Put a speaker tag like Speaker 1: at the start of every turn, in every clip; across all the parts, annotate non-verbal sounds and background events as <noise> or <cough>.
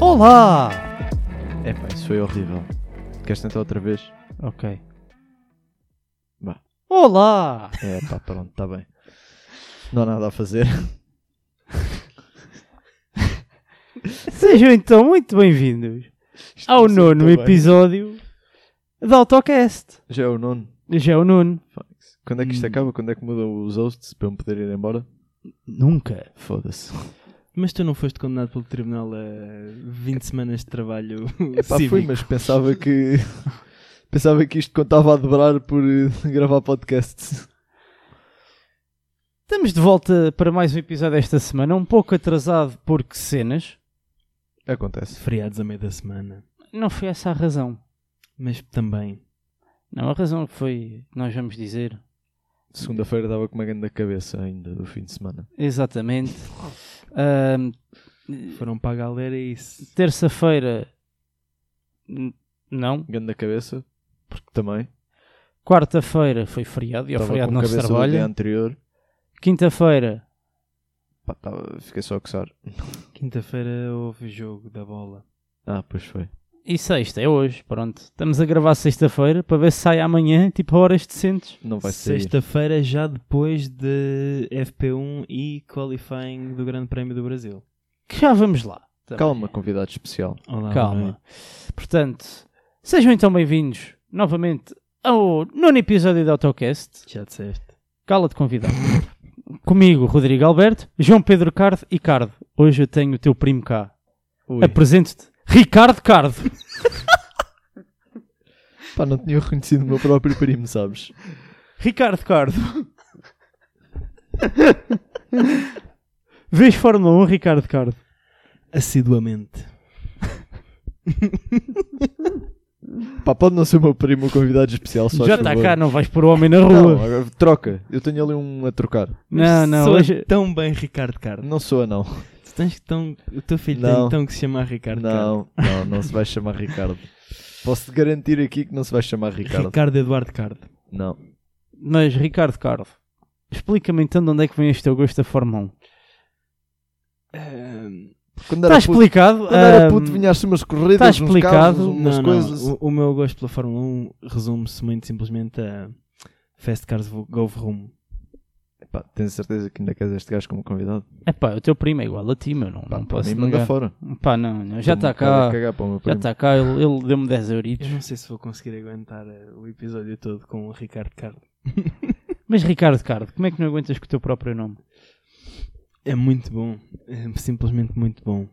Speaker 1: Olá!
Speaker 2: É pá, isso foi horrível. Queres tentar outra vez?
Speaker 1: Ok.
Speaker 2: Vá.
Speaker 1: Olá!
Speaker 2: É pá, pronto, está bem. Não há nada a
Speaker 3: <laughs>
Speaker 2: fazer.
Speaker 1: <laughs> Sejam então muito bem-vindos
Speaker 2: Isto
Speaker 1: ao
Speaker 2: começou
Speaker 1: nono
Speaker 2: tão bem.
Speaker 1: episódio da Autocast.
Speaker 2: Já é o nono.
Speaker 1: Já é o nono.
Speaker 2: Foda-se. Quando é que isto
Speaker 1: Hum.
Speaker 2: acaba? Quando é que mudam os hosts para eu me poder ir embora?
Speaker 1: Nunca.
Speaker 2: Foda-se.
Speaker 3: Mas tu não foste condenado pelo tribunal a 20 semanas de <laughs> trabalho
Speaker 2: É pá, fui,
Speaker 3: cívico.
Speaker 2: mas pensava que. <laughs> pensava que isto contava a dobrar por eh, <laughs> gravar podcasts.
Speaker 1: Estamos de volta para mais um episódio esta semana, um pouco atrasado porque cenas.
Speaker 2: Acontece.
Speaker 3: Feriados a meio da semana.
Speaker 1: Não foi essa a razão.
Speaker 3: Mas também.
Speaker 1: Não, a razão foi, nós vamos dizer,
Speaker 2: Segunda-feira dava com uma grande cabeça ainda do fim de semana.
Speaker 1: exatamente. Ahm,
Speaker 3: Foram para a galera e isso.
Speaker 1: Terça-feira, n- não.
Speaker 2: Grande cabeça, porque também.
Speaker 1: Quarta-feira foi feriado e ao
Speaker 2: Estava
Speaker 1: feriado
Speaker 2: com
Speaker 1: não se
Speaker 2: cabeça do dia
Speaker 1: trabalha.
Speaker 2: anterior.
Speaker 1: Quinta-feira,
Speaker 2: Pá, tava- fiquei só a coçar.
Speaker 3: Quinta-feira houve jogo da bola.
Speaker 2: Ah, pois foi.
Speaker 1: E sexta, é hoje, pronto. Estamos a gravar sexta-feira para ver se sai amanhã, tipo a horas decentes.
Speaker 2: Não vai ser.
Speaker 3: Sexta-feira, já depois de FP1 e qualifying do Grande Prémio do Brasil.
Speaker 1: Que já vamos lá. também.
Speaker 2: Calma, convidado especial.
Speaker 3: Olá,
Speaker 1: Calma. Portanto, sejam então bem-vindos novamente ao nono episódio da Autocast.
Speaker 3: Já disseste.
Speaker 1: Cala-te, convidado. Comigo, Rodrigo Alberto, João Pedro Cardo e Cardo. Hoje eu tenho o teu primo cá.
Speaker 2: Ui.
Speaker 1: Apresento-te, Ricardo Cardo.
Speaker 2: <laughs> Pá, não tinha reconhecido o meu próprio primo, sabes?
Speaker 1: Ricardo Cardo. Vês Fórmula 1, Ricardo Cardo?
Speaker 3: Assiduamente.
Speaker 2: <laughs> Pá, pode não ser o meu primo o convidado especial, só
Speaker 1: Já
Speaker 2: está
Speaker 1: está cá, não vais pôr o homem na rua.
Speaker 2: Não, agora troca. Eu tenho ali um a trocar.
Speaker 1: Não, não,
Speaker 3: Soa
Speaker 1: hoje-
Speaker 3: tão bem Ricardo Cardo.
Speaker 2: Não sou a não.
Speaker 3: Tu tens que tão... O teu filho
Speaker 2: Não.
Speaker 3: tem tão que se chamar Ricardo Cardo.
Speaker 2: Não, não, não se vai chamar Ricardo. Posso-te garantir aqui que não se vai chamar Ricardo.
Speaker 3: Ricardo Eduardo Cardo.
Speaker 2: Não.
Speaker 1: Mas, Ricardo Cardo, explica-me então de onde é que vem este teu gosto da Fórmula 1.
Speaker 3: Ahm,
Speaker 2: Quando
Speaker 1: Está
Speaker 2: era Tá puto,
Speaker 1: Tá explicado.
Speaker 2: quando era
Speaker 1: ahm,
Speaker 2: puto vinhas umas corridas,
Speaker 1: tá
Speaker 2: uns carros,
Speaker 1: explicado.
Speaker 2: umas
Speaker 3: não,
Speaker 2: coisas.
Speaker 3: Não. O, o meu gosto pela Fórmula 1 resume-se muito simplesmente a Fast Cars Vo- Go Vroom.
Speaker 2: Pá, tenho certeza que ainda queres este gajo como convidado?
Speaker 1: Epá, o teu primo é igual a ti, meu. Não,
Speaker 2: Pá,
Speaker 1: não
Speaker 2: para
Speaker 1: posso
Speaker 2: mim manda
Speaker 1: negar.
Speaker 2: fora.
Speaker 1: Pá, não, não, já
Speaker 2: Estou
Speaker 3: tá
Speaker 2: um
Speaker 1: está
Speaker 2: bocado a
Speaker 1: cá.
Speaker 2: cagar para o meu
Speaker 1: Já
Speaker 2: primo.
Speaker 1: está cá, ele, ele deu-me 10 euritos.
Speaker 3: Eu não sei se vou conseguir aguentar eh, o episódio todo com o Ricardo Cardo.
Speaker 1: Mas, Ricardo Cardo, como é que não aguentas com o teu próprio nome?
Speaker 3: É muito bom. É simplesmente muito bom.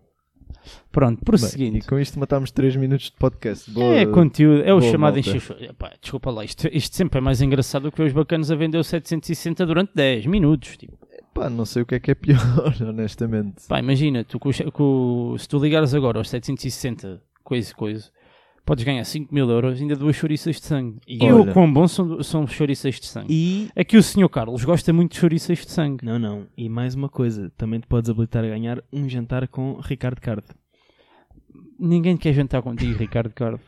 Speaker 1: Pronto,
Speaker 2: Bem,
Speaker 1: prosseguindo.
Speaker 2: e com isto matámos 3 minutos de podcast. Boa,
Speaker 1: É conteúdo, é o
Speaker 2: boa
Speaker 1: chamado
Speaker 2: malta.
Speaker 1: encher. Epá, Desculpa lá, isto, isto sempre é mais engraçado que ver os bacanos a vender o 760 durante 10 minutos. Tipo.
Speaker 2: Pá, não sei o que é que é pior, <laughs> honestamente.
Speaker 1: Pá, imagina, tu, com, o che- com o- se tu ligares agora aos 760, coisa, coisa, podes ganhar 5 mil euros ainda duas chouriças de sangue. E
Speaker 2: Olha.
Speaker 1: o quão bom são, são chouriças de sangue.
Speaker 3: E.
Speaker 1: É que o senhor Carlos gosta muito de chouriças de sangue.
Speaker 3: Não, não. E mais uma coisa. Também te podes habilitar a ganhar um jantar com Ricardo Cardo.
Speaker 1: Ninguém quer jantar contigo, Ricardo Cardo.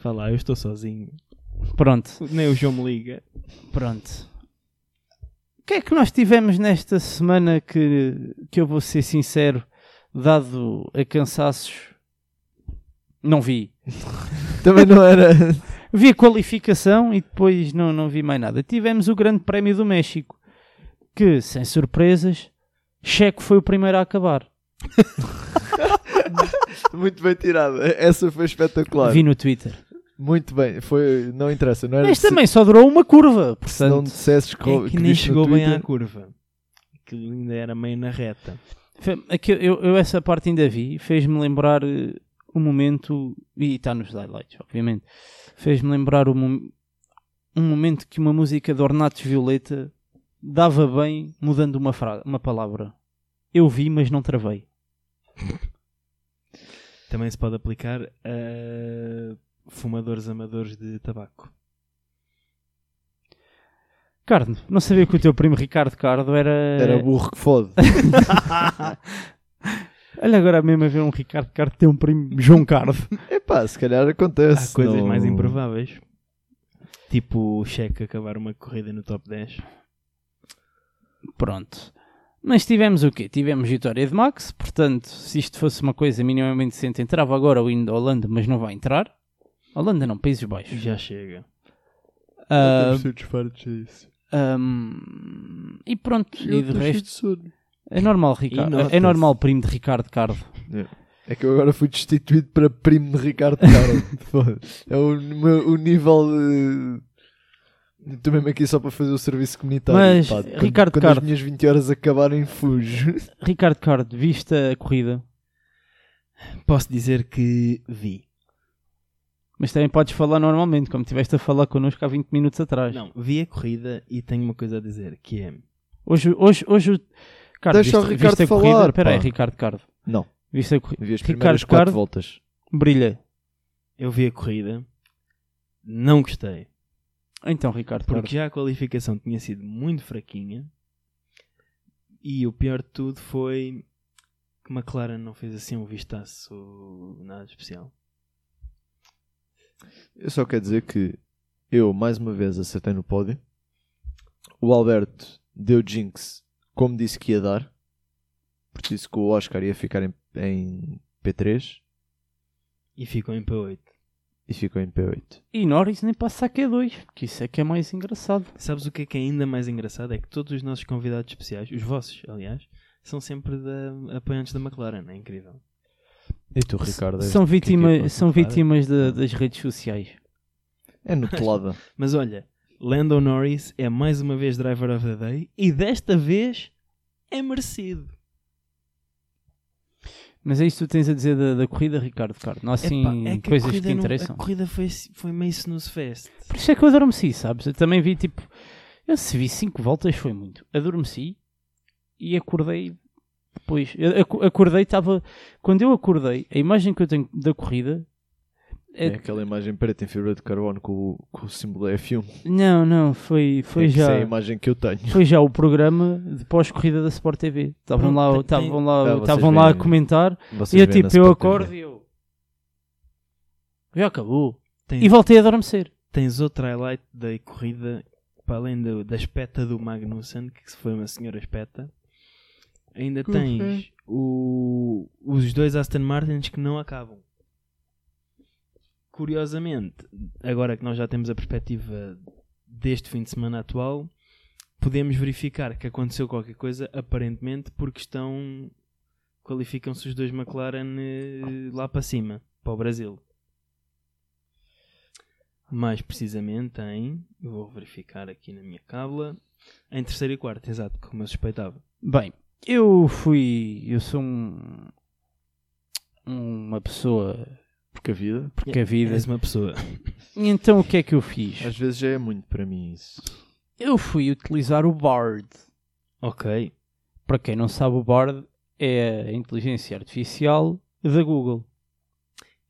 Speaker 3: Fala, lá, eu estou sozinho.
Speaker 1: Pronto,
Speaker 3: Nem o João me liga.
Speaker 1: pronto. O que é que nós tivemos nesta semana que, que eu vou ser sincero, dado a cansaços, não vi.
Speaker 2: <laughs> Também não era.
Speaker 1: <laughs> Vi a qualificação e depois não, não vi mais nada. Tivemos o Grande Prémio do México, que, sem surpresas, Checo foi o primeiro a acabar.
Speaker 2: Muito bem tirada. Essa foi espetacular.
Speaker 1: Vi no Twitter.
Speaker 2: Muito bem. Foi... Não interessa, não era.
Speaker 1: Mas
Speaker 2: se-
Speaker 1: também só durou uma curva,
Speaker 2: se não
Speaker 1: portanto.
Speaker 2: dissesses
Speaker 3: É
Speaker 2: co-
Speaker 3: que, nem
Speaker 2: disse no
Speaker 3: chegou bem à
Speaker 2: Twitter,
Speaker 3: curva. Que ainda era meio na reta.
Speaker 1: Foi- é que eu, eu essa parte ainda vi, fez-me lembrar eh, o momento, e está nos highlights, obviamente, fez-me lembrar o mom- um momento que uma música de Ornatos Violeta dava bem mudando uma, fra- uma palavra. Eu vi, mas não travei.
Speaker 3: Também se pode aplicar a fumadores amadores de tabaco.
Speaker 1: Cardo, não sabia que o teu primo Ricardo Cardo era.
Speaker 2: Era burro que
Speaker 3: <laughs>
Speaker 2: fode.
Speaker 1: Olha agora mesmo a ver um Ricardo Cardo ter um primo João Cardo.
Speaker 2: Epá, se calhar
Speaker 3: Há
Speaker 2: acontece.
Speaker 3: coisas
Speaker 2: não-
Speaker 3: mais improváveis. Tipo o cheque acabar uma corrida no top 10.
Speaker 1: Pronto. Mas tivemos o quê? Tivemos vitória de Max, portanto, se isto fosse uma coisa minimamente decente, entrava agora o hino da Holanda, mas não vai entrar. Holanda não, Países Baixos.
Speaker 3: Já chega.
Speaker 1: Ah,
Speaker 2: Deve ser disfarce, é isso.
Speaker 1: ahm, e pronto,
Speaker 2: Eu
Speaker 1: e de
Speaker 2: tô cheio
Speaker 1: resto,
Speaker 2: de sono.
Speaker 1: é normal, Ricardo,
Speaker 3: E nota-se.
Speaker 1: é normal primo de Ricardo Cardo.
Speaker 2: É que eu agora fui destituído para primo de Ricardo Caro. <laughs> Foda-se. é o, meu- o nível. eh, Estou mesmo aqui só para fazer o serviço comunitário.
Speaker 1: Mas,
Speaker 2: pá. Quando-
Speaker 1: Ricardo
Speaker 2: quando
Speaker 1: Caro-
Speaker 2: as minhas 20 horas acabarem, fujo.
Speaker 1: Ricardo Cardo, viste a corrida,
Speaker 3: Posso dizer que vi.
Speaker 1: mas também podes falar normalmente, como estiveste a falar connosco há 20 minutos atrás.
Speaker 3: Não, vi a corrida e tenho uma coisa a dizer, que é...
Speaker 1: Hoje, hoje, hoje o... Cardo,
Speaker 2: Deixa o
Speaker 1: viste-
Speaker 2: Ricardo
Speaker 1: viste a
Speaker 2: falar,
Speaker 1: corrida? Espera aí,
Speaker 2: pá.
Speaker 1: Ricardo Cardo.
Speaker 2: Não,
Speaker 1: Viste a corrida?
Speaker 2: <laughs> vi as primeiras
Speaker 1: Ricardo
Speaker 2: 4
Speaker 1: Caro
Speaker 2: voltas.
Speaker 1: brilha.
Speaker 3: Eu vi a corrida, não gostei.
Speaker 1: Então, Ricardo Cardo.
Speaker 3: Porque já a qualificação tinha sido muito fraquinha. E o pior de tudo foi que McLaren não fez assim um vistaço nada especial.
Speaker 2: Eu só quero dizer que eu, mais uma vez, acertei no pódio. O Alberto deu jinx como disse que ia dar. Porque disse que o Oscar ia ficar em, em P3
Speaker 3: E ficou em P8.
Speaker 2: e ficou em P8.
Speaker 1: E Norris nem passa a Q2, que isso é que é mais engraçado.
Speaker 3: Sabes o que é que é ainda mais engraçado? É que todos os nossos convidados especiais, os vossos, aliás, são sempre da, apoiantes da McLaren. É incrível.
Speaker 2: E tu, Ricardo? és
Speaker 1: são
Speaker 2: de que
Speaker 1: vítima-
Speaker 2: equipa?
Speaker 1: são
Speaker 3: claro.
Speaker 1: vítimas da- das redes sociais.
Speaker 2: É nutelada.
Speaker 3: Mas olha, Lando Norris é mais uma vez Driver of the Day e desta vez é merecido.
Speaker 1: Mas é isso que tu tens a dizer da, da corrida, Ricardo Cardo. Não há, assim
Speaker 3: Epá, é que a
Speaker 1: coisas que
Speaker 3: corrida
Speaker 1: te
Speaker 3: não-
Speaker 1: interessam.
Speaker 3: A corrida foi, foi meio snooze fest.
Speaker 1: Por isso é que eu adormeci, sabes? Eu também vi tipo. Eu se vi 5 voltas foi muito. Adormeci e acordei depois. Eu ac- acordei, estava. Quando eu acordei, a imagem que eu tenho da corrida.
Speaker 2: É,
Speaker 1: É,
Speaker 2: aquela imagem preta em fibra de carbono com, o- com o símbolo da F1.
Speaker 1: Não, não, foi, foi
Speaker 2: é que
Speaker 1: já.
Speaker 2: Essa é a imagem que eu tenho.
Speaker 1: Foi já o programa de pós-corrida da Sport TV. Estavam
Speaker 3: Pronto,
Speaker 1: lá,
Speaker 3: tem-
Speaker 1: estavam
Speaker 2: Ah,
Speaker 1: lá,
Speaker 2: vocês
Speaker 1: estavam lá a
Speaker 2: veem.
Speaker 1: comentar.
Speaker 2: Vocês
Speaker 1: E eu
Speaker 2: veem na
Speaker 1: tipo, eu
Speaker 2: Sport TV.
Speaker 1: acordo e eu. Já acabou.
Speaker 3: Tem-
Speaker 1: E voltei a adormecer.
Speaker 3: Tens outro highlight da corrida, para além do- da espeta do Magnussen, que foi uma senhora espeta. Ainda tens o- os dois Aston Martins que não acabam. Curiosamente, agora que nós já temos a perspectiva deste fim de semana atual, podemos verificar que aconteceu qualquer coisa, aparentemente, porque estão. qualificam-se os dois McLaren eh, lá para cima, para o Brasil. Mais precisamente em. eu Vou verificar aqui na minha cábula. Em terceiro e quarto, exato, como eu suspeitava.
Speaker 1: Bem, eu fui. Eu sou um. Uma pessoa
Speaker 2: Porque a vida,
Speaker 1: porque a vida.
Speaker 3: És uma
Speaker 1: <laughs>
Speaker 3: pessoa.
Speaker 1: E então o que é que eu fiz?
Speaker 2: às vezes, já é muito para mim isso.
Speaker 1: Eu fui utilizar o Bard.
Speaker 3: Ok.
Speaker 1: Para quem não sabe, o Bard é a inteligência artificial da Google.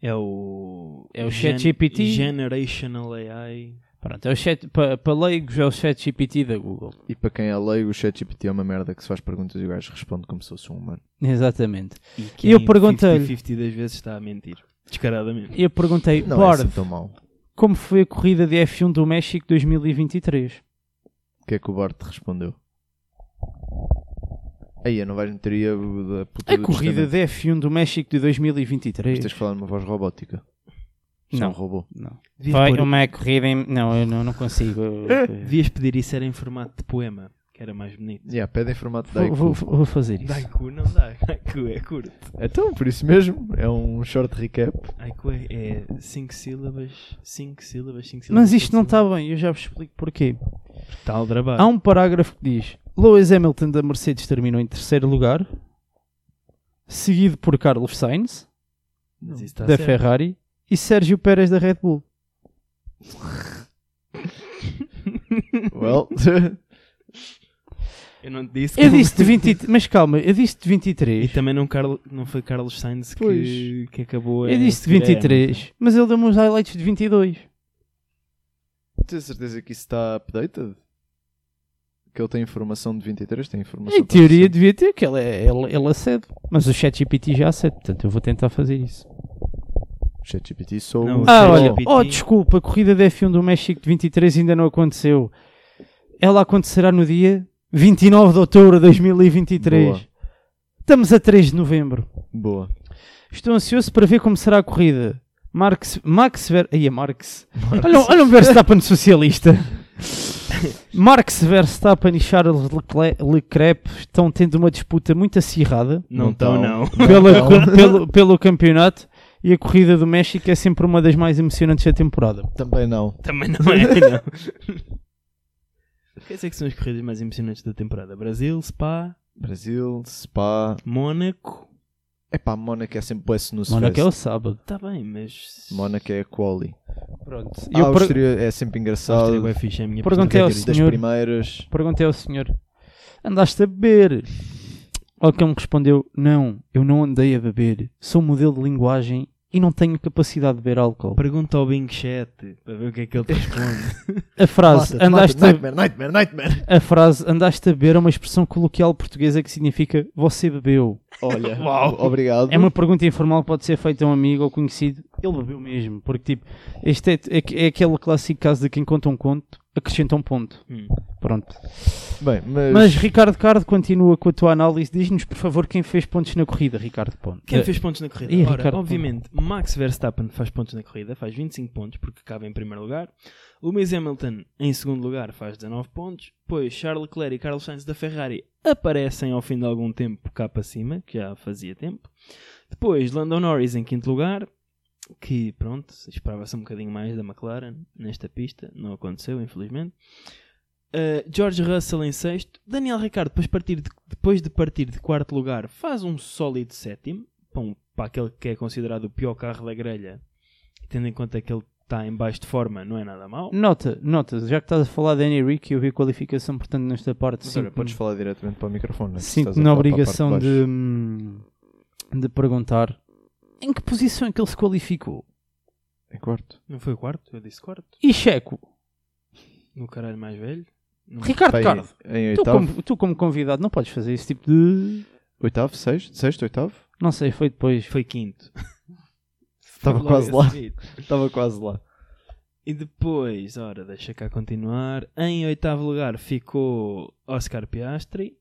Speaker 3: É o.
Speaker 1: É o
Speaker 3: Gen-
Speaker 1: ChatGPT?
Speaker 3: Generational AI.
Speaker 1: Pronto, é o chat, para, para leigos é o chat GPT da Google.
Speaker 2: E para quem é leigo, o ChatGPT é uma merda que se faz perguntas e o gajo responde como se fosse um humano.
Speaker 1: Exatamente.
Speaker 3: E
Speaker 1: E eu perguntei-lhe-
Speaker 3: 50 das vezes está a mentir. Descaradamente.
Speaker 1: Eu perguntei,
Speaker 2: Não é
Speaker 1: Bard,
Speaker 2: assim tão mau.
Speaker 1: como foi a corrida de F1 do México 2023?
Speaker 2: O que é que o Bart respondeu? Aí, eu não vais meter aí a, a puta
Speaker 1: A
Speaker 2: do
Speaker 1: É corrida
Speaker 2: testamento.
Speaker 1: de F1 do México de
Speaker 2: Mas
Speaker 1: 2023?
Speaker 2: tens que falar numa voz robótica. Isto é um
Speaker 1: Não,
Speaker 2: robô.
Speaker 1: não.
Speaker 3: Devias,
Speaker 1: Foi
Speaker 3: pôr-
Speaker 1: uma corrida em... Não, eu não, não consigo. Eu-
Speaker 2: <laughs>
Speaker 1: eu-
Speaker 3: devias pedir isso era em formato de poema, que era mais bonito.
Speaker 2: Yeah, pede em formato de
Speaker 1: Vou, vou-
Speaker 2: IQ.
Speaker 1: vou fazer isso.
Speaker 3: Daiku não dá. <laughs> Daiku é curto.
Speaker 2: Então, por isso mesmo, é um short recap.
Speaker 1: <laughs>
Speaker 3: Daiku é 5 sílabas, 5 sílabas, 5 sílabas.
Speaker 1: Mas isto
Speaker 3: cinco
Speaker 1: não
Speaker 3: sílabas.
Speaker 1: está bem, eu já vos explico porquê.
Speaker 3: Está aldrabado.
Speaker 1: Há um parágrafo que diz: Lewis Hamilton da Mercedes terminou em terceiro lugar, seguido por Carlos Sainz
Speaker 3: Mas
Speaker 2: Tá
Speaker 3: isso está
Speaker 1: da
Speaker 3: certo.
Speaker 1: Ferrari e Sérgio Pérez da Red Bull.
Speaker 2: Well, <laughs>
Speaker 3: Eu não te disse
Speaker 1: Eu
Speaker 3: que- <laughs>
Speaker 1: disse de 20, mas calma, eu disse de
Speaker 3: E
Speaker 1: 23.
Speaker 3: também não, Carlo- não foi Carlos Sainz que,
Speaker 2: Pois.
Speaker 3: que acabou
Speaker 1: Eu
Speaker 3: em
Speaker 1: disse de
Speaker 3: seguir a é?
Speaker 1: 23, mas ele deu-me os highlights de 22.
Speaker 2: tens certeza que isso está updated? Que ele tem informação de 23, tem informação
Speaker 1: Em
Speaker 2: tão
Speaker 1: teoria
Speaker 2: recente.
Speaker 1: devia ter, que ele, é- ele, ele acede. Mas o ChatGPT já acede, portanto eu vou tentar fazer isso.
Speaker 2: O ChatGPT sou
Speaker 3: Não,
Speaker 2: um
Speaker 3: o
Speaker 1: Ah,
Speaker 2: robô.
Speaker 1: olha,
Speaker 3: ChatGPT.
Speaker 1: oh desculpa, um a corrida da F1 do México de 23 ainda não aconteceu. Ela acontecerá no dia 29 de outubro de 2023.
Speaker 2: Boa.
Speaker 1: Estamos a 3 de novembro.
Speaker 2: Boa.
Speaker 1: Estou ansioso para ver como será a corrida. Marx, Max Ver... Ia, Marx. Olha, olha um Verstappen
Speaker 3: <laughs>
Speaker 1: socialista. Marx, Verstappen e Charles Lecle- Leclerc estão tendo uma disputa muito acirrada
Speaker 3: Não
Speaker 2: Não
Speaker 3: estão,
Speaker 2: tão.
Speaker 3: não. <laughs>
Speaker 1: pela- pelo, pelo campeonato e a corrida do México é sempre uma das mais emocionantes da temporada.
Speaker 2: Também não.
Speaker 3: Também não é, não. <laughs> Quais é que são as corridas mais emocionantes da temporada? Brasil, Spa,
Speaker 2: Brasil, Spa.
Speaker 3: Mónaco.
Speaker 2: Epá, Mónaco é sempre bué snooze
Speaker 1: Mónaco é o
Speaker 2: fest.
Speaker 1: sábado.
Speaker 3: Está Tá bem, mas.
Speaker 2: Mónaco é a quali.
Speaker 1: Pronto.
Speaker 2: A
Speaker 1: Eu per-
Speaker 2: Áustria é sempre engraçado.
Speaker 3: Áustria é bué fixe, é a minha
Speaker 1: Perguntei
Speaker 3: preferida.
Speaker 1: ao
Speaker 2: das
Speaker 1: senhor.
Speaker 2: primeiras.
Speaker 1: perguntei ao senhor: andaste a beber? Ao que ele me respondeu: não, eu não andei a beber. Sou modelo de linguagem e não tenho capacidade de beber álcool.
Speaker 3: Pergunta ao Bing Chat para ver o que é que ele te responde.
Speaker 1: A frase,
Speaker 2: Mata-te,
Speaker 1: andaste
Speaker 2: mata-te, Nightmare, nightmare, nightmare.
Speaker 1: a, a frase andaste a beber é uma expressão coloquial portuguesa que significa você bebeu.
Speaker 2: Olha, obrigado.
Speaker 1: É uma pergunta informal que pode ser feita a um amigo ou conhecido. Ele bebeu mesmo, porque tipo, este é, é, é aquele clássico caso de quem conta um conto, acrescenta um ponto.
Speaker 3: Hum.
Speaker 1: Pronto.
Speaker 2: Bem, mas,
Speaker 1: Mas Ricardo Cardo continua com a tua análise. Diz-nos, por favor, quem fez pontos na corrida, Ricardo Ponto.
Speaker 3: Quem
Speaker 1: Eh,
Speaker 3: fez pontos na corrida?
Speaker 1: Ih,
Speaker 3: Ora,
Speaker 1: Ricardo,
Speaker 3: obviamente, Max Verstappen faz pontos na corrida, faz 25 pontos porque acaba em primeiro lugar. Lewis Hamilton em segundo lugar faz 19 pontos. Depois Charles Leclerc e Carlos Sainz da Ferrari aparecem ao fim de algum tempo cá para cima, que já fazia tempo. Depois Lando Norris em quinto lugar, que pronto, esperava-se um bocadinho mais da McLaren nesta pista, não aconteceu infelizmente. Uh, George Russell em sexto. Daniel Ricardo, depois, partir de- depois de partir de quarto lugar, faz um sólido sétimo. Para, um- para aquele que é considerado o pior carro da grelha, tendo em conta que ele está em baixo de forma, não é nada mau.
Speaker 1: Nota, nota, já que estás a falar de Annie Rick, eu vi qualificação, portanto, nesta parte
Speaker 2: mas olha,
Speaker 1: sinto-me
Speaker 2: podes falar diretamente para o microfone. né? Se
Speaker 1: sinto-me
Speaker 2: estás a
Speaker 1: na
Speaker 2: falar para a parte
Speaker 1: obrigação
Speaker 2: baixo.
Speaker 1: de, hum, de perguntar em que posição é que ele se qualificou?
Speaker 2: Em quarto.
Speaker 3: Não foi o quarto? Eu disse quarto.
Speaker 1: E Checo,
Speaker 3: No caralho mais velho. Não-
Speaker 1: Ricardo
Speaker 2: Bem, então?
Speaker 1: Cardo,
Speaker 2: Em
Speaker 1: tu
Speaker 2: oitavo.
Speaker 1: Então como, tu como convidado não podes fazer esse tipo de.
Speaker 2: Oitavo, sexto, sexto, oitavo?
Speaker 1: Não sei, foi depois.
Speaker 3: Foi quinto.
Speaker 2: Estava
Speaker 3: Foi logo
Speaker 2: quase
Speaker 3: a
Speaker 2: lá.
Speaker 3: seguir.
Speaker 2: Estava quase lá.
Speaker 3: E depois, ora, deixa cá continuar. Em oitavo lugar ficou Oscar Piastri.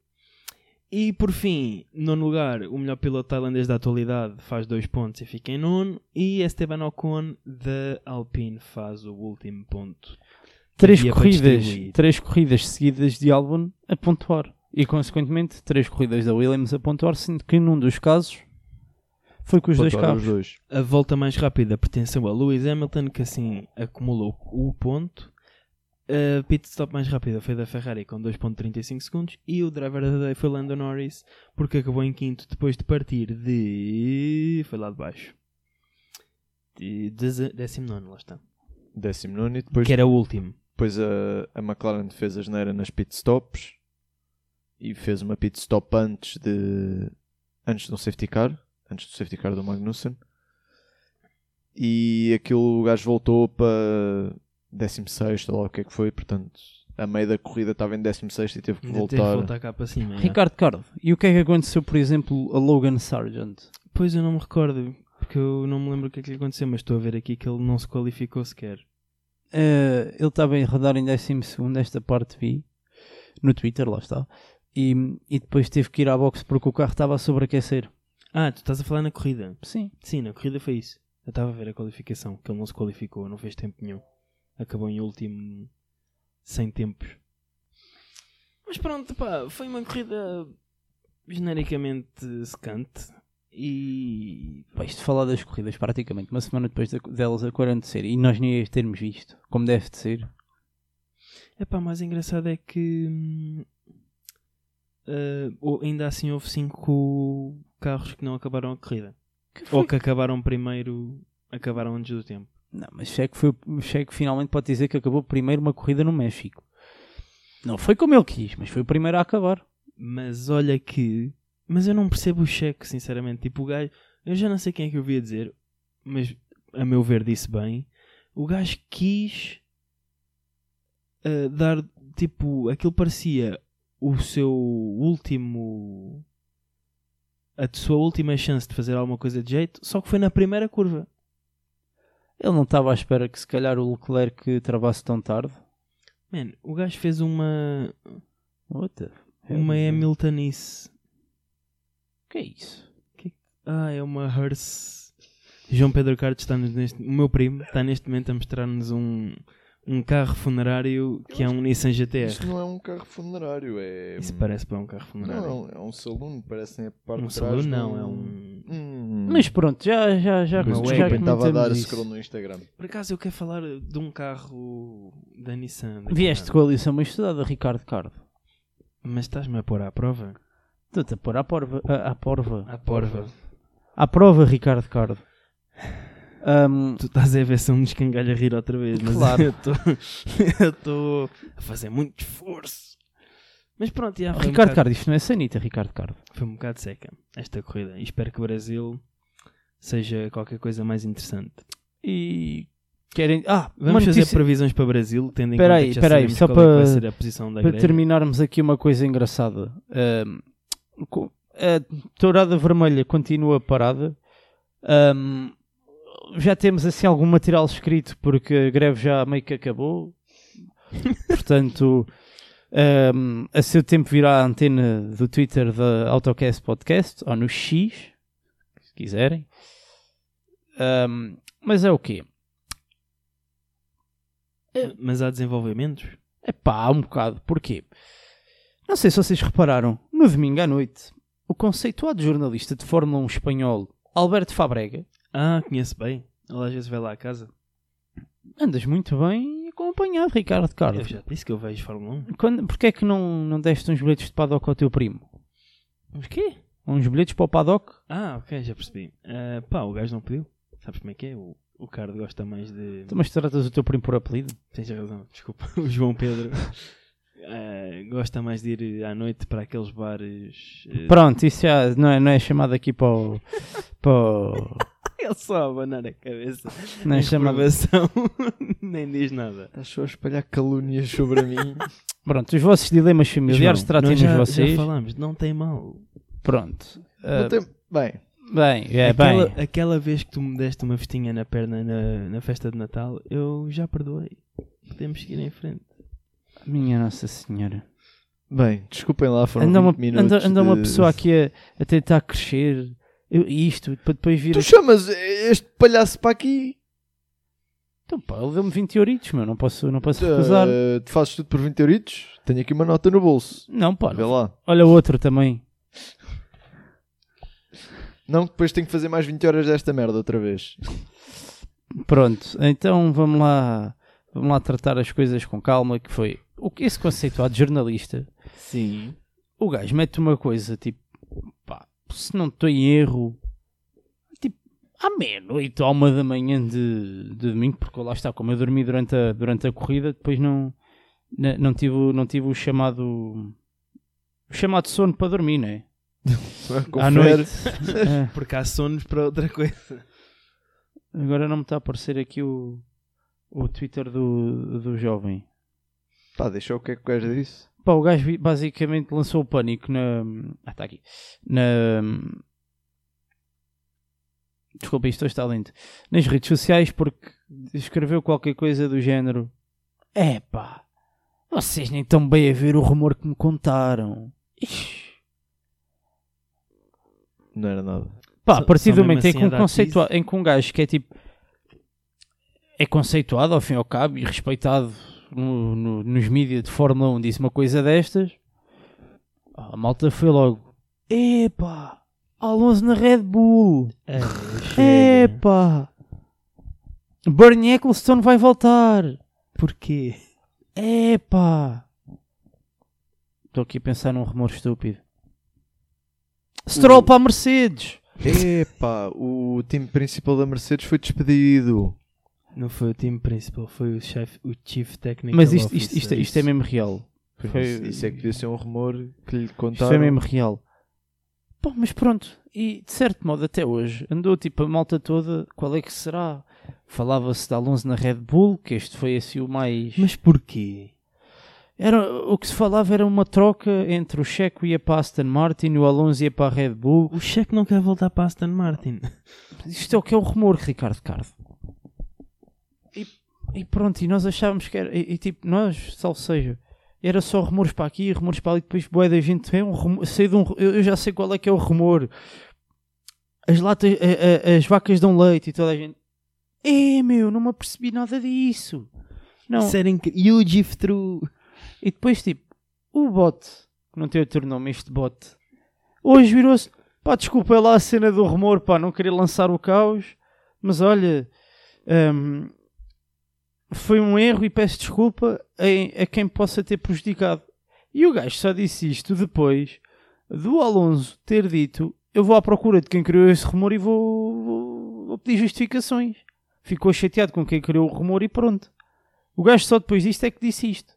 Speaker 3: E por fim, nono lugar, o melhor piloto tailandês da atualidade faz dois pontos e fica em nono. E Esteban Ocon da Alpine faz o último ponto.
Speaker 1: Três
Speaker 3: Dia para
Speaker 1: corridas,
Speaker 3: distribuir.
Speaker 1: três corridas seguidas de Albon a pontuar. E consequentemente, três corridas da Williams a pontuar, sendo que num dos casos foi com os dois
Speaker 2: Pontuaram
Speaker 1: carros.
Speaker 2: Os dois.
Speaker 3: A volta mais rápida pertenceu a Lewis Hamilton, que assim acumulou o ponto. A pit stop mais rápida foi da Ferrari com 2.35 segundos e o driver da day foi Lando Norris porque acabou em quinto depois de partir de... foi lá de baixo. De deze- décimo nono, lá está.
Speaker 2: Décimo nono e depois,
Speaker 3: Que era o último.
Speaker 2: depois a, a McLaren fez a geneira nas pit stops e fez uma pit stop antes de antes de um safety car, antes do safety car do Magnussen. E aquilo o gajo voltou para 16 ou lá o que é que foi, portanto, a meio da corrida estava em 16 e teve que
Speaker 3: Ainda
Speaker 2: voltar.
Speaker 3: teve que voltar cá para cima. é.
Speaker 1: Ricardo Cardo, e o que é que aconteceu, por exemplo, a Logan Sargent?
Speaker 3: Pois eu não me recordo, porque eu não me lembro o que é que lhe aconteceu, mas estou a ver aqui que ele não se qualificou sequer.
Speaker 1: Eh, ele estava a rodar em 12 segundo, esta parte vi no Twitter, lá está. E, e depois teve que ir à boxe porque o carro estava a sobreaquecer.
Speaker 3: Ah, tu estás a falar na corrida.
Speaker 1: Sim.
Speaker 3: Sim, na corrida foi isso. Eu estava a ver a qualificação, que ele não se qualificou, não fez tempo nenhum. Acabou em último, sem tempos. Mas pronto, pá, foi uma corrida genericamente secante. E.
Speaker 1: Pá, isto de falar das corridas, praticamente uma semana depois da- delas a acontecer e nós nem as termos visto, como deve de ser.
Speaker 3: É pá, mais engraçado é que. hum, ah, ou- ainda assim houve cinco carros que não acabaram a corrida. Ou que acabaram primeiro, acabaram antes do tempo.
Speaker 1: Não, mas Checo, foi, Checo finalmente pode dizer que acabou primeiro uma corrida no México. Não foi como ele quis, mas foi o primeiro a acabar.
Speaker 3: Mas olha que. Mas eu não percebo o cheque, sinceramente. Tipo, o gajo. Eu já não sei quem é que eu via dizer, mas a meu ver disse bem. O gajo quis ah, dar. Tipo, aquilo parecia o seu último. A sua última chance de fazer alguma coisa de jeito, só que foi na primeira curva.
Speaker 1: Ele não estava à espera que se calhar o Leclerc travasse tão tarde.
Speaker 3: Mano, o gajo fez uma.
Speaker 1: What the hell?
Speaker 3: Uma é Miltanice.
Speaker 1: O que é isso?
Speaker 3: Ah, é uma hearse. João Pedro Cartes está-nos neste. O meu primo está neste momento a mostrar-nos um, um carro funerário que é um Nissan GTR.
Speaker 2: Isto não é um carro funerário, é.
Speaker 3: Isso parece para um carro funerário.
Speaker 2: Não, é um saloon, parecem a parte
Speaker 3: um
Speaker 2: de trás.
Speaker 3: saludo
Speaker 2: de
Speaker 3: não,
Speaker 2: um-
Speaker 3: é um.
Speaker 2: Hum.
Speaker 1: Mas pronto, já, já, já,
Speaker 3: Mas
Speaker 1: já
Speaker 2: Desculpem, estava a dar
Speaker 1: comentamos isso.
Speaker 2: scroll no Instagram.
Speaker 3: Por acaso eu quero falar de um carro da Nissan. da
Speaker 1: Vieste com a lição bem estudada, Ricardo Cardo.
Speaker 3: Mas estás-me a pôr à prova?
Speaker 1: Estou-te a pôr à porva. À, à porva.
Speaker 3: À porva.
Speaker 1: À prova, Ricardo Cardo. Um, Ahm,
Speaker 3: Tu estás a ver se eu me escangalho a rir outra vez, mas
Speaker 1: Claro.
Speaker 3: eu tô- <laughs> eu estou a fazer muito esforço. Mas pronto, já, foi,
Speaker 1: Ricardo
Speaker 3: um bocado,
Speaker 1: Cardo, isto não é sanita, Ricardo Cardo.
Speaker 3: foi um bocado seca esta corrida. E espero que o Brasil seja qualquer coisa mais interessante.
Speaker 1: E querem. Ah,
Speaker 3: Vamos
Speaker 1: uma
Speaker 3: fazer
Speaker 1: notícia-
Speaker 3: previsões para o Brasil, tendo em
Speaker 1: Espera
Speaker 3: conta
Speaker 1: aí,
Speaker 3: que já
Speaker 1: espera aí,
Speaker 3: sabemos
Speaker 1: só
Speaker 3: qual é que vai
Speaker 1: para-
Speaker 3: ser a posição da
Speaker 1: para
Speaker 3: grelha.
Speaker 1: terminarmos aqui uma coisa engraçada. Ahm, co- a tourada vermelha continua parada. Ahm, já temos assim algum material escrito porque a greve já meio que acabou. Portanto, ahm, a seu tempo virá a antena do Twitter da Autocast Podcast ou no X, se quiserem. Ahm, mas é o quê?
Speaker 3: Eh, Mas há desenvolvimentos?
Speaker 1: Epá, há um bocado. Porquê? Não sei se vocês repararam, no domingo à noite, o conceituado jornalista de Fórmula 1 espanhol, Alberto Fabrega,
Speaker 3: Ah, conheço bem. Ele às vezes vai lá à casa.
Speaker 1: andas muito bem acompanhado, Ricardo
Speaker 3: Eu
Speaker 1: Carlos.
Speaker 3: já te disse que eu vejo Fórmula 1.
Speaker 1: Quando, porquê é que não, não deste uns bilhetes de paddock ao teu primo?
Speaker 3: Mas quê?
Speaker 1: Uns bilhetes para o paddock?
Speaker 3: Ah, ok, já percebi. Ah, pá, o gajo não pediu. Sabes como é que é? O, o Cardo gosta mais de...
Speaker 1: Tu, Mas tratas o teu primo por apelido?
Speaker 3: Tens razão, desculpa. <laughs> O João Pedro eh, gosta mais de ir à noite para aqueles
Speaker 1: <laughs>
Speaker 3: bares. eh,
Speaker 1: Pronto, isso já não é, não é chamado aqui para o... Para o- É
Speaker 3: Ele só a abanar a cabeça.
Speaker 1: não é
Speaker 3: A
Speaker 1: chamado...
Speaker 3: informação <laughs> nem diz nada.
Speaker 2: Estás só a espalhar calúnias sobre mim. <laughs>
Speaker 1: Pronto, os vossos dilemas familiares
Speaker 3: João, nós
Speaker 1: tratem-nos
Speaker 3: já,
Speaker 1: vocês.
Speaker 3: Já falámos, não tem mal.
Speaker 1: Pronto. Ah,
Speaker 2: Não tem- Bem,
Speaker 1: Bem, é
Speaker 3: aquela,
Speaker 1: bem.
Speaker 3: aquela vez que tu me deste uma festinha na perna na, na festa de Natal, eu já perdoei. Podemos seguir em frente.
Speaker 1: Minha Nossa Senhora.
Speaker 2: bem, desculpem lá, foram
Speaker 1: anda uma,
Speaker 2: 20 minutos
Speaker 1: anda- anda
Speaker 2: de-
Speaker 1: uma pessoa aqui a, a tentar crescer eu- isto para depois vir
Speaker 2: Tu
Speaker 1: aqui.
Speaker 2: chamas este palhaço para aqui?
Speaker 1: então, pá, ele deu-me 20 euritos meu não posso, não posso recusar
Speaker 2: Eh, tu fazes tudo por 20 euritos? Tenho aqui uma nota no bolso.
Speaker 1: não pá,
Speaker 2: Vê
Speaker 1: não.
Speaker 2: lá.
Speaker 1: olha o outro também
Speaker 2: Não, que depois tenho que fazer mais 20 horas desta merda outra vez.
Speaker 1: pronto, então vamos lá vamos lá tratar as coisas com calma que foi, o que esse conceituado jornalista
Speaker 2: <laughs> Sim.
Speaker 1: o gajo mete uma coisa tipo, pá, se não estou em erro, tipo, à meia-noite ou à uma da manhã de, de domingo, porque lá está, como eu dormi durante a, durante a corrida, depois não, na- não, tive, o- não tive o chamado. o chamado sono para dormir, não é? À
Speaker 2: <laughs>
Speaker 1: noite. É,
Speaker 3: Porque há sonos para outra coisa.
Speaker 1: agora não me está a aparecer aqui o, o Twitter do, do jovem.
Speaker 2: Pá, deixa eu o que é que o gajo disse.
Speaker 1: Pá, o gajo vi- basicamente lançou o pânico na. Ah, está aqui. Na. Desculpa, isto hoje está lento. Nas redes sociais, porque escreveu qualquer coisa do género: É pá, vocês nem estão bem a ver o rumor que me contaram. Ixi.
Speaker 2: Não era nada.
Speaker 1: Pá,
Speaker 3: Só-
Speaker 1: a partir
Speaker 3: só
Speaker 1: do
Speaker 3: mesmo
Speaker 1: momento em
Speaker 3: assim
Speaker 1: que,
Speaker 3: a
Speaker 1: um
Speaker 3: dar
Speaker 1: conceitua- em que um gajo que é tipo. é conceituado ao fim e ao cabo e respeitado no- no- nos mídias de Fórmula 1 disse uma coisa destas, a malta foi logo: Epá, Alonso na Red Bull, <laughs>
Speaker 3: É,
Speaker 1: É,
Speaker 3: chega.
Speaker 1: epá, Bernie Ecclestone vai voltar,
Speaker 3: Porquê?
Speaker 1: epá. Estou aqui a pensar num rumor estúpido.
Speaker 3: Hum.
Speaker 1: Stroll para a Mercedes.
Speaker 2: Epá, o time principal da Mercedes foi despedido.
Speaker 3: Não foi o time principal, foi o, chef, o Chief Technical
Speaker 1: Mas isto, isto,
Speaker 3: Officer.
Speaker 1: isto, é- isto é mesmo real. Foi-
Speaker 2: Isso, isso é que devia ser um rumor que lhe
Speaker 1: Isto
Speaker 2: contaram.
Speaker 1: é mesmo real. Pô, mas pronto, e de certo modo até hoje andou tipo a malta toda, qual é que será? Falava-se de Alonso na Red Bull, que este foi assim o mais.
Speaker 3: Mas porquê?
Speaker 1: Era, o que se falava era uma troca entre o Checo ia para a Aston Martin e o Alonso ia para a Red Bull.
Speaker 3: O Checo não quer voltar para Aston Martin.
Speaker 1: Isto é o que é o rumor, Ricardo Cardo. E, e pronto, e nós achávamos que era. E, e, tipo, nós, salvo seja, era só rumores para aqui, rumores para ali, depois bué da gente, é um rumor, sei de um, eu eu já sei qual é que é o rumor. As latas, a- a- as vacas dão leite e toda a gente. É meu, não me apercebi nada disso. Não.
Speaker 3: Isso era incrível. E o GIF True.
Speaker 1: E depois, tipo, o bot, que não tem outro nome, este bot, hoje virou-se, pá, desculpa é lá a cena do rumor, pá, não queria lançar o caos, mas olha, hum, foi um erro e peço desculpa a, a quem possa ter prejudicado. E o gajo só disse isto depois do Alonso ter dito: Eu vou à procura de quem criou esse rumor e vou, vou- vou pedir justificações. Ficou chateado com quem criou o rumor e pronto. O gajo só depois disto é que disse isto.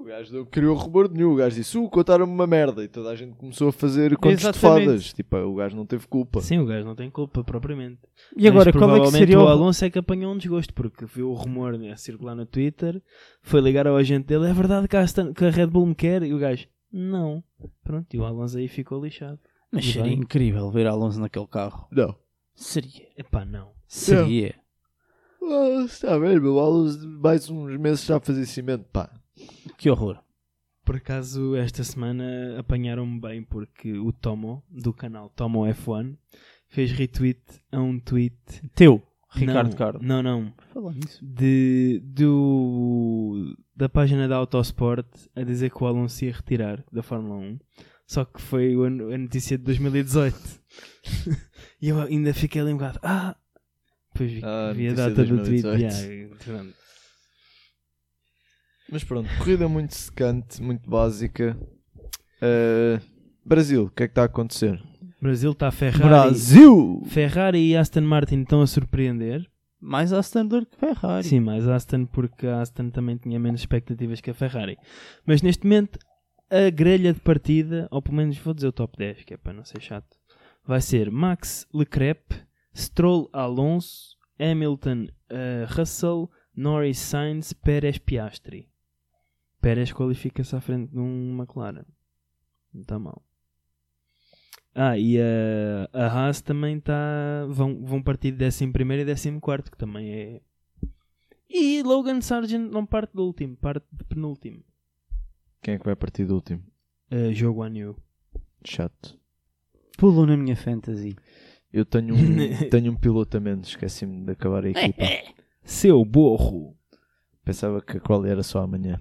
Speaker 2: O gajo não criou rumor nenhum. O gajo disse: Uh, contaram-me uma merda. E toda a gente começou a fazer contos de
Speaker 1: Exatamente.
Speaker 2: fadas. Tipo, o gajo não teve culpa.
Speaker 3: Sim, o gajo não tem culpa propriamente.
Speaker 1: E agora,
Speaker 3: Mas,
Speaker 1: qual é que
Speaker 3: provavelmente,
Speaker 1: seria o
Speaker 3: o Alonso é que apanhou um desgosto, porque viu o rumor a circular no Twitter, foi ligar ao agente dele, é verdade que a, Aston- que a Red Bull me quer, e o gajo, não. Pronto, e o Alonso aí ficou lixado.
Speaker 1: Mas
Speaker 3: E
Speaker 1: seria
Speaker 3: bem.
Speaker 1: incrível ver Alonso naquele carro.
Speaker 2: Não.
Speaker 1: Seria.
Speaker 3: Epá, não.
Speaker 1: Seria.
Speaker 2: Ah, está bem, meu. Alonso, mais uns meses já a fazer cimento. Pá,
Speaker 1: Que horror.
Speaker 3: Por acaso, esta semana apanharam-me bem, porque o Tomo, do canal Tomo F1, fez retweet a um tweet...
Speaker 1: Teu, Ricardo
Speaker 3: não,
Speaker 1: Cardo.
Speaker 3: Não, não.
Speaker 1: Fala nisso.
Speaker 3: de, do, da página da Autosport a dizer que o Alonso ia retirar da Fórmula 1. Só que foi o ano- a notícia de 2018. <laughs> e eu ainda fiquei ali um bocado. Ah! Depois vi,
Speaker 2: Ah,
Speaker 3: vi a
Speaker 2: notícia de
Speaker 3: data do tweet.
Speaker 2: 2018.
Speaker 3: yeah, pronto.
Speaker 2: Mas pronto, corrida muito secante, muito básica. Uh, Brasil, o que é que está a acontecer?
Speaker 3: Brasil está Ferrari.
Speaker 2: Brasil!
Speaker 3: Ferrari e Aston Martin estão a surpreender.
Speaker 1: Mais a standard que Ferrari.
Speaker 3: Sim, mais Aston, porque a Aston também tinha menos expectativas que a Ferrari. Mas neste momento, a grelha de partida, ou pelo menos vou dizer o top 10, que é para não ser chato, vai ser Max Lecrep, Stroll Alonso, Hamilton eh, Russell, Norris Sainz, Pérez Piastri. Pérez qualifica-se à frente de um McLaren. Não está mal. Ah, e a, a Haas também está. Vão, vão partir de 11 e 14, que também é e Logan Sargent não parte do último, parte de penúltimo.
Speaker 2: Quem é que vai partir do último?
Speaker 3: Uh, jogo a new.
Speaker 2: Chato.
Speaker 1: Pulo na minha fantasy.
Speaker 2: Eu tenho <laughs> um, tenho um piloto a menos, esqueci-me de acabar a equipa.
Speaker 3: Seu borro.
Speaker 2: Pensava que a qual era só amanhã.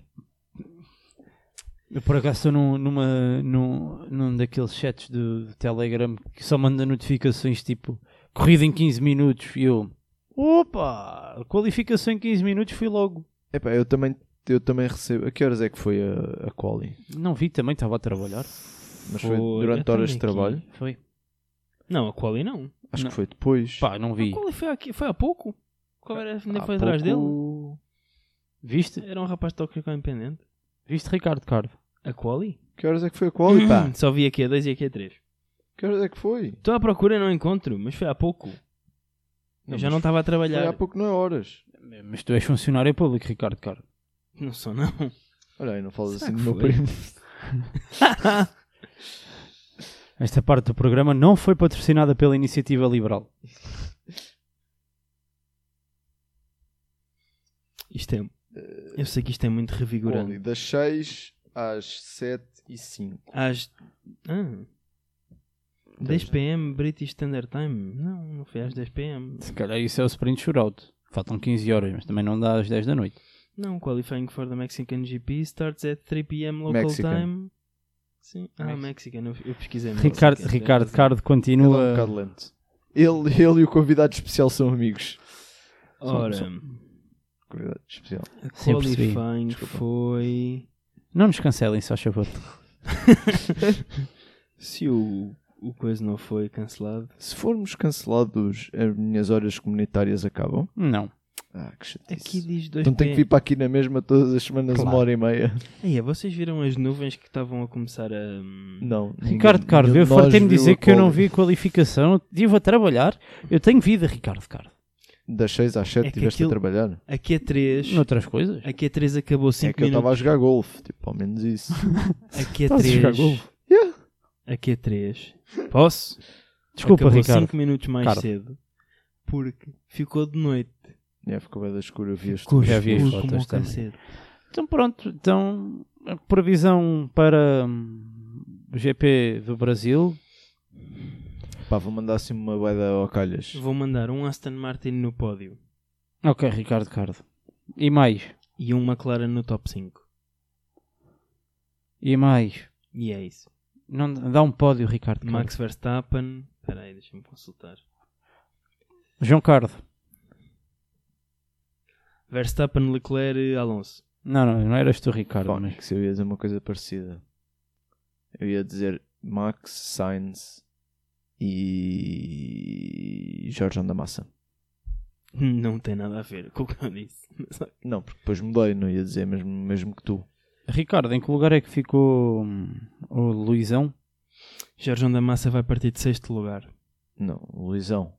Speaker 1: Eu por acaso estou num, numa, num, num daqueles chats do, do Telegram que só manda notificações tipo corrida em 15 minutos e eu. Opa! Qualificação em 15 minutos fui logo.
Speaker 2: Epá, eu também, eu também recebo. A que horas é que foi a, a quali?
Speaker 1: Não vi também, estava a trabalhar.
Speaker 2: Mas foi,
Speaker 3: Foi, eu
Speaker 2: durante
Speaker 3: também
Speaker 2: horas de
Speaker 3: aqui.
Speaker 2: trabalho?
Speaker 1: Foi.
Speaker 3: Não, a quali não.
Speaker 2: Acho
Speaker 1: Não.
Speaker 2: que foi depois.
Speaker 1: Pá, não
Speaker 3: A
Speaker 1: vi.
Speaker 3: quali foi, aqui, foi há pouco. Qual era, ainda
Speaker 2: Há
Speaker 3: foi atrás dele?
Speaker 2: pouco-
Speaker 1: Viste?
Speaker 3: Era um rapaz de Tóquio independente.
Speaker 1: Viste Ricardo Cardo?
Speaker 3: A quali?
Speaker 2: Que horas é que foi a quali? Pá,
Speaker 3: Só vi aqui a 2 e aqui a 3.
Speaker 2: que horas é que foi?
Speaker 3: Estou à procura e não encontro, mas foi há pouco. Eu já
Speaker 2: mas
Speaker 3: não estava a
Speaker 2: foi
Speaker 3: trabalhar.
Speaker 2: Há pouco não é horas.
Speaker 1: Mas tu és funcionário público, Ricardo Cardo.
Speaker 3: Não sou, não.
Speaker 2: Olha aí, não falas assim
Speaker 3: Será
Speaker 2: do
Speaker 3: que
Speaker 2: meu
Speaker 3: foi?
Speaker 2: primo.
Speaker 1: Esta parte do programa não foi patrocinada pela Iniciativa Liberal.
Speaker 3: Isto é. Eu sei que isto é muito
Speaker 2: Oli,
Speaker 3: revigorante.
Speaker 2: das 6 às 7 e 5.
Speaker 3: Às. Ah. 10 pm British Standard Time? Não, não foi às 10 pm.
Speaker 1: Se calhar isso é o sprint shootout. Faltam 15 horas, mas também não dá às 10 da noite.
Speaker 3: Não, qualifying for the Mexican GP starts at 3 p.m. local
Speaker 2: Mexican.
Speaker 3: time. Sim. Ah, Mexican, eu, eu pesquisei.
Speaker 1: Ricardo,
Speaker 3: Mexican,
Speaker 1: Ricardo
Speaker 3: tem
Speaker 1: Cardo
Speaker 2: Ele
Speaker 3: razão.
Speaker 2: é um
Speaker 1: continua.
Speaker 2: bocado lento. Ele, <laughs> ele e o convidado especial são amigos.
Speaker 3: Ora,
Speaker 2: Convidado especial.
Speaker 3: a
Speaker 1: Sim, eu percebi.
Speaker 3: qualifying foi.
Speaker 1: Não nos cancelem, só favor.
Speaker 3: Se o, o coisa não foi cancelado.
Speaker 2: Se formos cancelados, as minhas horas comunitárias acabam.
Speaker 1: Não.
Speaker 2: Ah, que
Speaker 3: Aqui
Speaker 2: chatice.
Speaker 3: diz 2
Speaker 2: Então tenho que vir
Speaker 3: p.m.
Speaker 2: para aqui na mesma todas as semanas,
Speaker 1: Claro.
Speaker 2: uma hora e meia.
Speaker 3: Aí, é, vocês viram as nuvens que estavam a começar a. hum,
Speaker 2: Não.
Speaker 1: Ricardo
Speaker 2: ninguém-
Speaker 1: Cardo,
Speaker 2: nenhum
Speaker 1: eu
Speaker 2: de nós
Speaker 1: fartei-me
Speaker 2: viu
Speaker 1: dizer
Speaker 2: a
Speaker 1: que eu não
Speaker 2: quali.
Speaker 1: vi qualificação, estive a trabalhar. Eu tenho vida, Ricardo Cardo.
Speaker 2: Das 6 às 7
Speaker 3: É que
Speaker 2: estiveste
Speaker 3: aquilo-
Speaker 2: a trabalhar.
Speaker 3: A Q3.
Speaker 1: Noutras coisas.
Speaker 3: A Q3 acabou
Speaker 2: É
Speaker 3: 5
Speaker 2: que eu
Speaker 3: minutos.
Speaker 2: estava a jogar golfe. Tipo, ao menos isso. <laughs>
Speaker 3: A
Speaker 1: Estás a jogar
Speaker 3: Q3.
Speaker 1: golfe?
Speaker 3: A Q3. Posso?
Speaker 1: Desculpa,
Speaker 3: é acabou
Speaker 1: Ricardo.
Speaker 3: 5 minutos mais
Speaker 1: Ricardo.
Speaker 3: cedo. Porque ficou de noite.
Speaker 2: é, ficou bem da escura, vi as
Speaker 3: Ficou
Speaker 1: Já vi as
Speaker 3: escuro
Speaker 1: fotos
Speaker 3: como o
Speaker 1: também.
Speaker 3: cacete.
Speaker 1: Então pronto, então a previsão para hum, o GP do Brasil.
Speaker 2: Pá, vou mandar assim uma boeda ao calhas.
Speaker 3: Vou mandar um Aston Martin no pódio
Speaker 1: Ok, Ricardo Cardo. E mais.
Speaker 3: e um McLaren no top 5.
Speaker 1: E mais.
Speaker 3: E é isso.
Speaker 1: Não, dá um pódio, Ricardo Cardo.
Speaker 3: Max Verstappen. Espera aí, deixa-me consultar.
Speaker 1: João Cardo.
Speaker 3: Verstappen, Leclerc, Alonso. <laughs>
Speaker 1: Não, não, não eras tu, Ricardo.
Speaker 2: Pá,
Speaker 1: mas-
Speaker 2: que se eu ia dizer uma coisa parecida. Eu ia dizer Max, Sainz e Jorge Andamassa.
Speaker 3: Não tem nada a ver com o que eu disse.
Speaker 2: Não, porque depois mudei, não ia dizer mesmo, mesmo que tu.
Speaker 1: Ricardo, em que lugar é que ficou hum, o Luizão?
Speaker 3: Jorge da Massa vai partir de sexto lugar.
Speaker 2: Não, Luizão.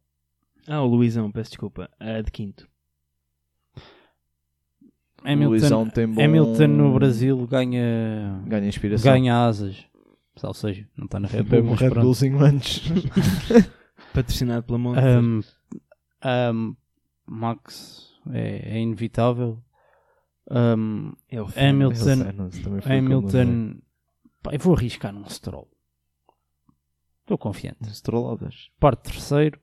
Speaker 3: Ah, o Luizão, peço desculpa. Ah, de quinto.
Speaker 2: Luizão
Speaker 1: Hamilton,
Speaker 2: tem bom...
Speaker 1: Hamilton no Brasil ganha,
Speaker 2: Ganha inspiração.
Speaker 1: ganha asas. Ou seja, não está na É Red
Speaker 2: Bebe
Speaker 1: Bull,
Speaker 2: um
Speaker 1: mas
Speaker 2: Red
Speaker 1: pronto.
Speaker 2: Bullzinho antes.
Speaker 3: Patrocinado pela Monster.
Speaker 1: Um, um, Max é, é inevitável. Um,
Speaker 3: é o fim.
Speaker 1: Hamilton,
Speaker 2: Sainz também foi como
Speaker 1: Hamilton, pá, eu vou arriscar num Stroll. Estou confiante.
Speaker 2: eu dei. Estroladas.
Speaker 1: Parte terceiro,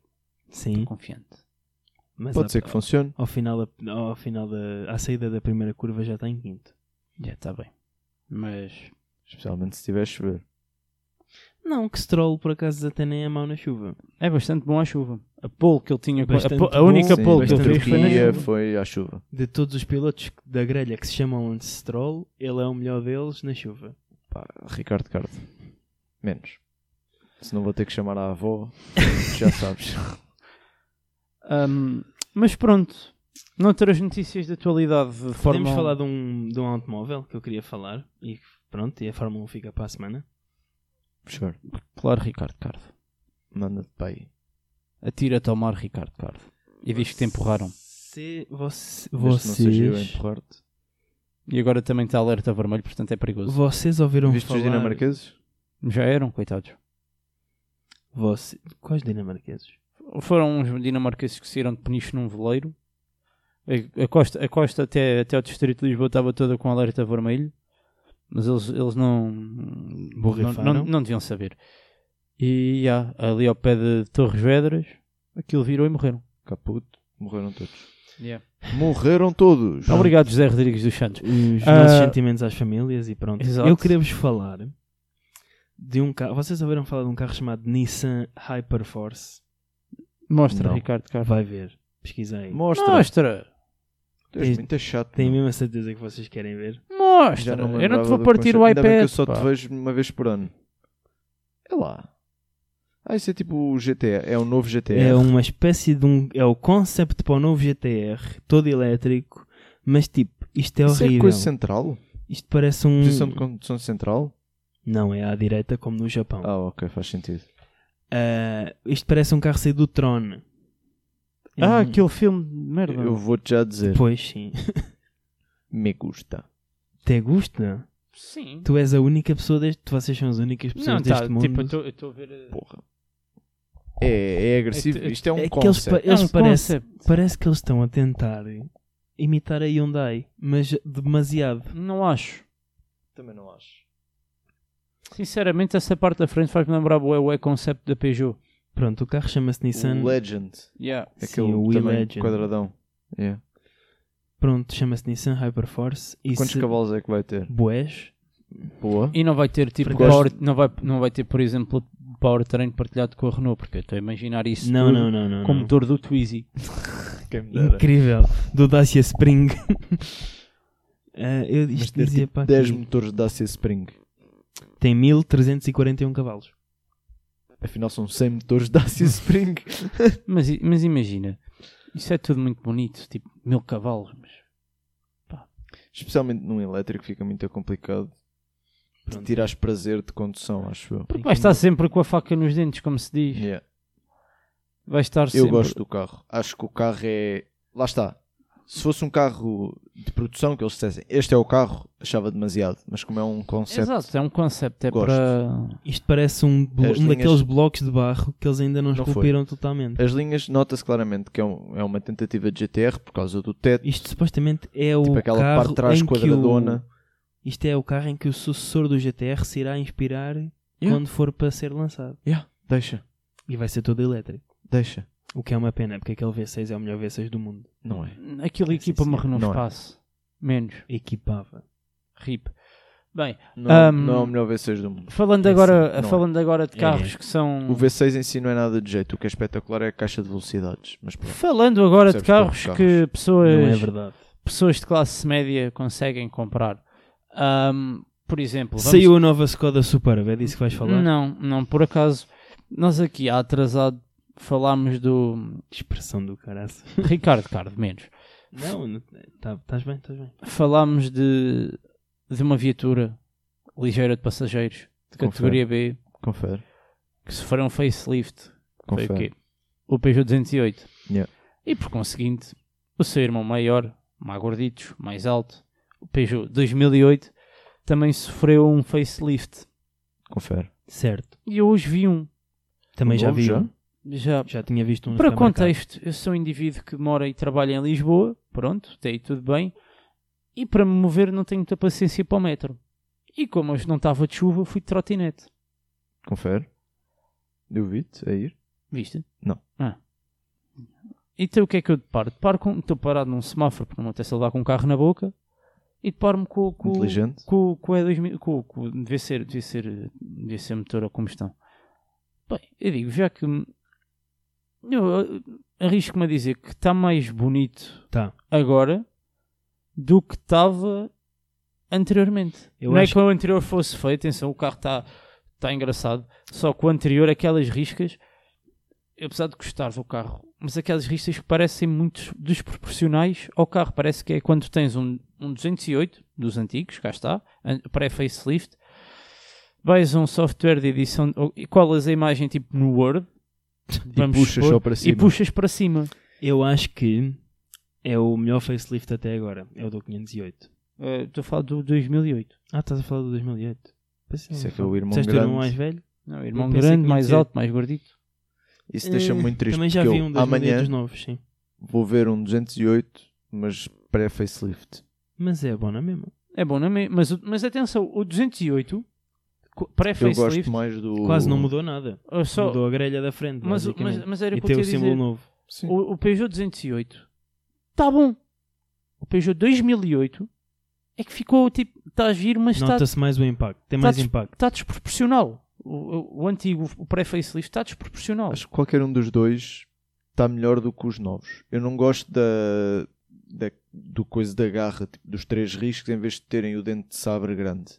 Speaker 3: Sim,
Speaker 1: confiante.
Speaker 3: mas
Speaker 2: Pode
Speaker 3: a-
Speaker 2: ser que funcione.
Speaker 3: Ao final, da- ao final da à saída da primeira curva já está em quinto.
Speaker 1: Já está tá bem. Mas
Speaker 2: Especialmente se tiver a chover.
Speaker 3: Não, que Stroll por acaso até nem é mau na chuva.
Speaker 1: é bastante bom a chuva. A pole que ele tinha. com-
Speaker 3: Bastante
Speaker 1: A, po- a
Speaker 3: bom,
Speaker 1: única
Speaker 3: sim,
Speaker 1: pole que ele
Speaker 3: bastante
Speaker 1: fez foi na
Speaker 2: dia
Speaker 1: chuva.
Speaker 2: foi à chuva.
Speaker 3: De todos os pilotos da grelha que se chamam de Stroll, ele é o melhor deles na chuva.
Speaker 2: Pá, Ricardo Cardo. Menos. Se não vou ter que chamar a avó,
Speaker 1: <laughs>
Speaker 2: já sabes.
Speaker 1: Um, mas pronto. Noutras notícias de atualidade de
Speaker 3: Podemos
Speaker 1: Fórmula
Speaker 3: falar
Speaker 1: 1.
Speaker 3: de um, de um automóvel que eu queria falar e pronto, e a Fórmula 1 fica para a semana.
Speaker 2: Sure.
Speaker 1: Claro, Ricardo Cardo.
Speaker 2: Manda-te para aí.
Speaker 1: Atira-te ao mar, Ricardo Cardo. E diz que te empurraram.
Speaker 3: Se você,
Speaker 2: Desde que não seja eu a
Speaker 3: vocês,
Speaker 2: empurrar-te.
Speaker 1: E agora também está alerta vermelho, portanto é perigoso.
Speaker 3: vocês ouviram
Speaker 2: Viste os
Speaker 3: falar...
Speaker 2: dinamarqueses?
Speaker 1: Já eram, coitados.
Speaker 3: Você- Quais dinamarqueses?
Speaker 1: Foram uns dinamarqueses que saíram de Peniche num veleiro. A, a costa, a costa até, até o distrito de Lisboa estava toda com alerta vermelho. Mas eles, eles não, não,
Speaker 3: Borrifaram?
Speaker 1: não. não deviam saber. E já, ali ao pé de Torres Vedras, aquilo virou e morreram.
Speaker 2: Caputo. Morreram todos. Morreram todos!
Speaker 1: Então, Obrigado, José Rodrigues dos Santos.
Speaker 3: Os
Speaker 1: Ah,
Speaker 3: nossos sentimentos às famílias e pronto.
Speaker 1: exato.
Speaker 3: Eu queria vos falar de um carro... Vocês ouviram falar de um carro chamado Nissan Hyperforce?
Speaker 1: Mostra,
Speaker 2: Não.
Speaker 1: Ricardo Carvalho.
Speaker 3: Vai ver. Pesquisa aí.
Speaker 2: Mostra!
Speaker 1: Mostra!
Speaker 2: Tu és
Speaker 3: Tens-
Speaker 2: muito chato.
Speaker 3: Tenho
Speaker 2: meu.
Speaker 3: mesmo a certeza que vocês querem ver.
Speaker 1: Mostra!
Speaker 2: Já me
Speaker 1: eu não
Speaker 2: lembrava
Speaker 1: te vou
Speaker 2: do
Speaker 1: partir o
Speaker 2: conceito. Ainda bem que
Speaker 1: iPad.
Speaker 2: eu só
Speaker 1: pá.
Speaker 2: te vejo uma vez por ano. É lá. Ah, isso é tipo o GTA. É o novo GTA.
Speaker 3: É uma espécie de um... É o concept para o novo GTR. Todo elétrico. Mas tipo, isto é
Speaker 2: Isso é
Speaker 3: horrível.
Speaker 2: coisa central?
Speaker 3: Isto parece um...
Speaker 2: Posição de condução central?
Speaker 3: Não, é à direita como no Japão.
Speaker 2: Ah, ok, faz sentido.
Speaker 3: Ah, isto parece um carro saído do Tron. É
Speaker 1: Ah,
Speaker 3: um-
Speaker 1: aquele filme de merda.
Speaker 2: Eu vou-te já dizer.
Speaker 3: Pois sim.
Speaker 2: Me gusta.
Speaker 3: Te gusta?
Speaker 1: Sim.
Speaker 3: Tu és a única pessoa deste. Vocês são as únicas pessoas
Speaker 1: Não,
Speaker 3: deste
Speaker 1: tá,
Speaker 3: mundo.
Speaker 1: tipo, eu estou a ver. eh,
Speaker 2: Porra. É, é agressivo.
Speaker 1: É que-
Speaker 2: Isto é um
Speaker 3: É que eles, pa-
Speaker 2: concept.
Speaker 1: É
Speaker 3: eles
Speaker 1: um
Speaker 3: parece,
Speaker 1: concept.
Speaker 3: parece que eles estão a tentar imitar a Hyundai, mas demasiado.
Speaker 1: Não acho.
Speaker 2: Também não acho.
Speaker 1: Sinceramente, essa parte da frente faz-me lembrar bué o conceito da Peugeot.
Speaker 3: Pronto, o carro chama-se Nissan.
Speaker 2: O Legend.
Speaker 3: Sim,
Speaker 2: Aquele
Speaker 3: o We
Speaker 2: também
Speaker 3: Legend.
Speaker 2: quadradão. Yeah.
Speaker 3: Pronto, chama-se Nissan Hyperforce. E
Speaker 2: Quantos
Speaker 3: se-
Speaker 2: cavalos é que vai ter?
Speaker 3: Bués.
Speaker 2: Boa.
Speaker 1: E não vai ter tipo
Speaker 2: Porque
Speaker 1: power, não, vai, não vai ter, por exemplo, powertrain partilhado com a Renault, porque eu estou a imaginar isso
Speaker 3: Não,
Speaker 1: tudo
Speaker 3: não, não, não.
Speaker 1: com o
Speaker 3: não.
Speaker 1: motor do Twizy.
Speaker 2: Quem me dera.
Speaker 3: Incrível. Do Dacia Spring. <laughs> Ah, eu,
Speaker 2: Mas
Speaker 3: isto
Speaker 2: ter
Speaker 3: dizia
Speaker 2: tipo
Speaker 3: para
Speaker 2: 10
Speaker 3: aqui.
Speaker 2: motores de Dacia Spring.
Speaker 3: Tem 1341 cavalos.
Speaker 2: Afinal são 100 motores de
Speaker 3: <laughs>
Speaker 2: Dacia Spring.
Speaker 1: Mas, i- mas imagina, isso é tudo muito bonito, tipo mil cavalos. Mas...
Speaker 2: Especialmente num elétrico fica muito complicado.
Speaker 3: Pronto.
Speaker 2: Tiras prazer de condução, acho eu.
Speaker 1: Porque vai estar sempre com a faca nos dentes, como se diz.
Speaker 3: Hum.
Speaker 2: Yeah.
Speaker 1: Vai estar
Speaker 2: Eu
Speaker 1: sempre.
Speaker 2: gosto do carro. Acho que o carro é. Lá está. Se fosse um carro de produção que eles dissessem este é o carro, achava demasiado. Mas como é um conceito.
Speaker 1: Exato, é um conceito, é
Speaker 2: Gosto.
Speaker 1: para.
Speaker 3: Isto parece um, blo-
Speaker 2: As
Speaker 3: um
Speaker 2: linhas-
Speaker 3: daqueles blocos de barro que eles ainda não,
Speaker 2: Não foi.
Speaker 3: esculpiram totalmente.
Speaker 2: As linhas, nota-se claramente que é, um- é uma tentativa de GTR por causa do teto.
Speaker 3: Isto supostamente é o
Speaker 2: tipo aquela
Speaker 3: carro
Speaker 2: parte de trás
Speaker 3: em que o-
Speaker 2: quadradona.
Speaker 3: Isto é o carro em que o sucessor do GTR se irá inspirar quando for para ser lançado.
Speaker 2: Yeah, Deixa,
Speaker 3: E vai ser todo elétrico.
Speaker 2: deixa.
Speaker 3: O que é uma pena, porque aquele V6 é o melhor V6 do mundo.
Speaker 2: Não é.
Speaker 1: Aquilo
Speaker 3: É,
Speaker 1: equipa-me
Speaker 3: sim,
Speaker 1: a
Speaker 3: sim.
Speaker 1: Renault
Speaker 2: Não é.
Speaker 1: Espaço. Menos.
Speaker 3: Equipava.
Speaker 1: RIP. Bem,
Speaker 2: Não,
Speaker 1: Um,
Speaker 2: não é o melhor V6 do mundo.
Speaker 1: falando,
Speaker 3: É
Speaker 1: agora,
Speaker 2: sim, não é.
Speaker 1: falando agora de
Speaker 3: É,
Speaker 1: carros que são...
Speaker 2: O V6 em si não é nada de jeito. O que é espetacular é a caixa de velocidades. Mas pronto.
Speaker 1: Falando agora de
Speaker 2: Percebes
Speaker 1: carros,
Speaker 2: pouco
Speaker 1: que pessoas,
Speaker 3: Não é verdade.
Speaker 1: pessoas de classe média conseguem comprar. Ahm, por exemplo, vamos-
Speaker 3: Saiu a nova Skoda Superb, é disso que vais falar?
Speaker 1: Não, não, por acaso, nós aqui há atrasado falámos do <laughs>
Speaker 3: Expressão do caraço.
Speaker 1: Ricardo Cardo menos.
Speaker 3: Não, não- tá- estás bem, estás bem.
Speaker 1: Falámos de, de uma viatura ligeira de passageiros de
Speaker 2: Confere.
Speaker 1: categoria B
Speaker 2: Confere.
Speaker 1: que sofreu um facelift. Foi o
Speaker 2: Confere.
Speaker 1: quê? O Peugeot 208.
Speaker 2: Yeah.
Speaker 1: E por conseguinte, o seu irmão maior, mais gorditos, mais alto, o Peugeot 2008, também sofreu um facelift.
Speaker 2: Confere.
Speaker 3: Certo.
Speaker 1: E eu hoje vi um.
Speaker 3: Também
Speaker 2: Um
Speaker 3: já
Speaker 2: novo,
Speaker 3: vi
Speaker 2: já?
Speaker 3: um.
Speaker 1: Já
Speaker 3: Já tinha visto um no
Speaker 1: Para
Speaker 3: supermercado.
Speaker 1: contexto, eu sou um indivíduo que mora e trabalha em Lisboa, pronto, até aí tudo bem, e para me mover não tenho muita paciência para o metro. E como hoje não estava de chuva, fui de trotinete.
Speaker 2: Confere. Eu vi-te a ir.
Speaker 1: Viste?
Speaker 2: Não.
Speaker 1: Ah. Então o que é que eu deparo? Deparo com... Estou parado num semáforo, porque não me apetece levar com um carro na boca, e deparo-me com, com,
Speaker 2: Inteligente.
Speaker 1: com, com o E2000, com, com, devia, ser, devia, ser, devia ser motor a combustão. Bem, eu digo, já que me- eu eh, arrisco-me a dizer que está mais bonito
Speaker 3: Tá.
Speaker 1: agora do que estava anteriormente.
Speaker 3: Eu
Speaker 1: Não é
Speaker 3: acho
Speaker 1: que o anterior fosse feio, atenção, o carro está tá engraçado, só que o anterior, aquelas riscas, apesar de gostar do carro, mas aquelas riscas que parecem muito desproporcionais ao carro. Parece que é quando tens um, um 208 dos antigos, cá está, an- pré-facelift, vais a um software de edição ou- e colas a imagem tipo no Word vamos
Speaker 2: puxas
Speaker 1: supor,
Speaker 2: só para
Speaker 1: e
Speaker 2: cima.
Speaker 1: puxas para cima.
Speaker 3: Eu acho que é o melhor facelift até agora. É o do 508.
Speaker 1: Eh, Estou a falar do 2008.
Speaker 3: Ah, estás a falar do 2008. Pensei,
Speaker 2: Isso é que é o irmão
Speaker 3: Disseste o irmão
Speaker 2: grande.
Speaker 3: mais velho?
Speaker 1: Não, irmão
Speaker 3: pensei que
Speaker 1: grande,
Speaker 3: me
Speaker 1: mais
Speaker 3: dizia-
Speaker 1: alto, mais gordito.
Speaker 2: Isso deixa-me
Speaker 3: Eh,
Speaker 2: muito triste.
Speaker 3: Também já
Speaker 2: porque
Speaker 3: vi
Speaker 2: eu
Speaker 3: um 2008
Speaker 2: amanhã
Speaker 3: dos novos, sim.
Speaker 2: vou ver um 208, mas pré-facelift.
Speaker 3: Mas é bom, não é mesmo?
Speaker 1: É bom, não é? me- Mas, o- mas atenção, o 208 co-
Speaker 2: Eu gosto
Speaker 1: pré-facelift
Speaker 2: mais do.
Speaker 3: Quase não mudou nada.
Speaker 1: uh, só-
Speaker 3: Mudou a grelha da frente,
Speaker 1: mas, o-
Speaker 3: basicamente.
Speaker 1: mas, mas era o
Speaker 3: E
Speaker 1: que eu
Speaker 3: tem
Speaker 1: te
Speaker 3: o
Speaker 1: ia
Speaker 3: símbolo
Speaker 1: dizer.
Speaker 3: novo.
Speaker 2: Sim.
Speaker 1: O, o Peugeot 208 está tá bom. O Peugeot 2008 é que ficou tipo, está a giro, mas está
Speaker 3: Nota-se mais o impacto. Tem
Speaker 1: Tá
Speaker 3: mais
Speaker 1: des-
Speaker 3: impacto.
Speaker 1: tá desproporcional. O, o- o antigo, o pré-facelift, está desproporcional.
Speaker 2: Acho que qualquer um dos dois está melhor do que os novos. Eu não gosto da, da- do coisa da garra, tipo, dos três riscos, em vez de terem o dente de sabre grande.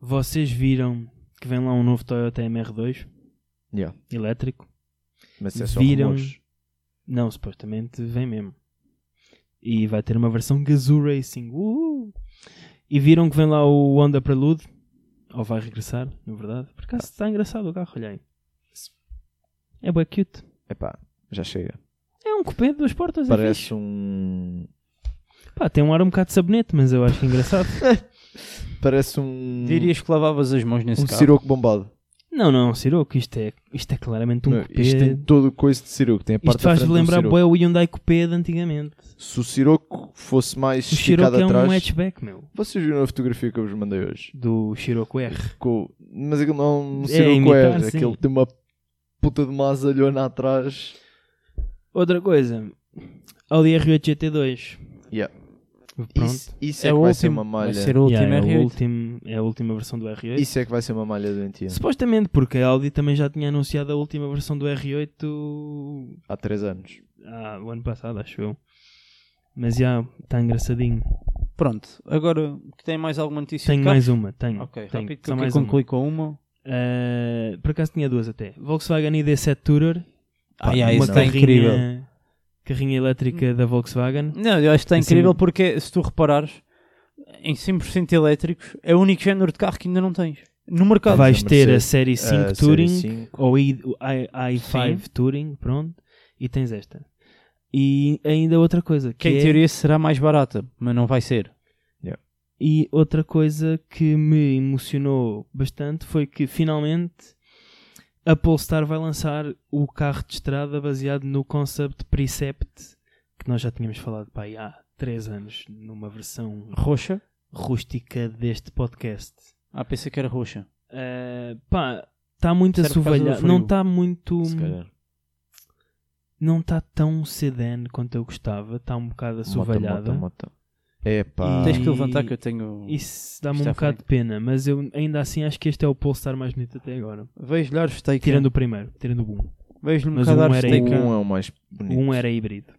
Speaker 3: Vocês viram que vem lá um novo Toyota MR2
Speaker 2: Yeah.
Speaker 3: elétrico?
Speaker 2: Mas é só
Speaker 3: Viram-
Speaker 2: rumores.
Speaker 3: Não, supostamente vem mesmo. E vai ter uma versão Gazoo Racing. Uhul! E viram que vem lá o Honda Prelude? Ou vai regressar, na verdade? Por acaso está engraçado o carro, olha aí. É bué cute.
Speaker 2: Epá, já chega.
Speaker 3: É um cupê de duas portas, é
Speaker 2: Parece
Speaker 3: fixe.
Speaker 2: um.
Speaker 3: Pá, tem um ar um bocado de sabonete, mas eu
Speaker 2: <laughs>
Speaker 3: acho engraçado.
Speaker 2: Parece um.
Speaker 1: Dirias que lavavas as mãos nesse
Speaker 2: um
Speaker 1: carro.
Speaker 2: siroco bombado.
Speaker 3: não, não, Siroco, isto é, isto é claramente um
Speaker 2: Não,
Speaker 3: cupê.
Speaker 2: isto tem
Speaker 3: Isto,
Speaker 2: todo o coisa de um siroco. Tem a parte da
Speaker 3: faz-me
Speaker 2: frente
Speaker 3: lembrar um
Speaker 2: do
Speaker 3: bué o Hyundai Coupé de antigamente.
Speaker 2: siroco. Se o siroco fosse mais
Speaker 3: O Siroco
Speaker 2: esticado
Speaker 3: é
Speaker 2: atrás.
Speaker 3: um hatchback, meu.
Speaker 2: Vocês viram a fotografia que eu vos mandei hoje?
Speaker 3: Do Siroco R.
Speaker 2: Com- Mas aquilo não é um
Speaker 3: É,
Speaker 2: siroco
Speaker 3: imitar,
Speaker 2: é,
Speaker 3: sim.
Speaker 2: aquele tem uma puta de masalhona atrás.
Speaker 3: Outra coisa, é Audi R8 GT2.
Speaker 2: Yeah.
Speaker 3: Pronto.
Speaker 2: Isso, isso é, que
Speaker 1: o
Speaker 2: vai ser
Speaker 1: último,
Speaker 2: uma malha.
Speaker 1: Vai ser o último
Speaker 3: Yeah, é,
Speaker 1: R8.
Speaker 3: o último, é a última versão do R8.
Speaker 2: Isso é que vai ser uma malha doentia.
Speaker 3: Supostamente, porque a Audi também já tinha anunciado a última versão do R8
Speaker 2: Há 3 anos.
Speaker 3: ah, o ano passado, acho eu. Mas já, está engraçadinho.
Speaker 1: Pronto, agora que tem mais alguma notícia?
Speaker 3: Tenho
Speaker 1: de carros?
Speaker 3: mais um. uma, tenho.
Speaker 1: Ok,
Speaker 3: tenho.
Speaker 1: rápido,
Speaker 3: Só
Speaker 1: que
Speaker 3: mais uma.
Speaker 1: conclui com uma.
Speaker 3: Ah, por acaso tinha duas até. Volkswagen ID7 Tourer.
Speaker 1: Ah,
Speaker 2: Pá,
Speaker 1: yeah,
Speaker 2: uma
Speaker 1: isso está
Speaker 3: carrinha-
Speaker 1: incrível.
Speaker 3: Carrinha elétrica da Volkswagen.
Speaker 1: Não, eu acho que está
Speaker 3: Assim-
Speaker 1: incrível porque se tu reparares, em 100% elétricos, é o único género de carro que ainda não tens. No mercado.
Speaker 3: Vais
Speaker 2: a
Speaker 3: ter a
Speaker 2: Mercedes,
Speaker 3: série 5
Speaker 2: Ah, série
Speaker 3: Touring.
Speaker 2: cinco.
Speaker 3: ou i- o i- i5 Touring, pronto, e tens esta. E ainda outra coisa que
Speaker 1: Que em
Speaker 3: é-
Speaker 1: teoria será mais barata, mas não vai ser.
Speaker 3: e outra coisa que me emocionou bastante foi que finalmente a Polestar vai lançar o carro de estrada baseado no concept Precept que nós já tínhamos falado pá, aí há 3 anos numa versão
Speaker 1: Roxa.
Speaker 3: rústica deste podcast.
Speaker 1: Ah, pensei que era roxa.
Speaker 3: Eh, pá, está muito
Speaker 1: Serve por causa do
Speaker 3: assovalhado.
Speaker 1: frio.
Speaker 3: Não está muito.
Speaker 2: se calhar.
Speaker 3: Não está tão CDN quanto eu gostava. Está um bocado
Speaker 2: Mota,
Speaker 3: assovalhada.
Speaker 2: mota, mota. É pá.
Speaker 1: Tens
Speaker 3: E-
Speaker 1: que levantar que eu tenho.
Speaker 3: Isso dá-me um
Speaker 1: Isto é
Speaker 3: bocado de pena, mas eu ainda assim acho que este é o Polestar mais bonito até agora.
Speaker 1: Vejo-lhe ar steak.
Speaker 3: Tirando o primeiro, tirando o boom.
Speaker 1: Vejo-lhe um
Speaker 3: Mas
Speaker 1: bocado
Speaker 3: um
Speaker 1: ar
Speaker 3: era
Speaker 1: steak.
Speaker 2: Um é o mais bonito.
Speaker 3: O um era híbrido.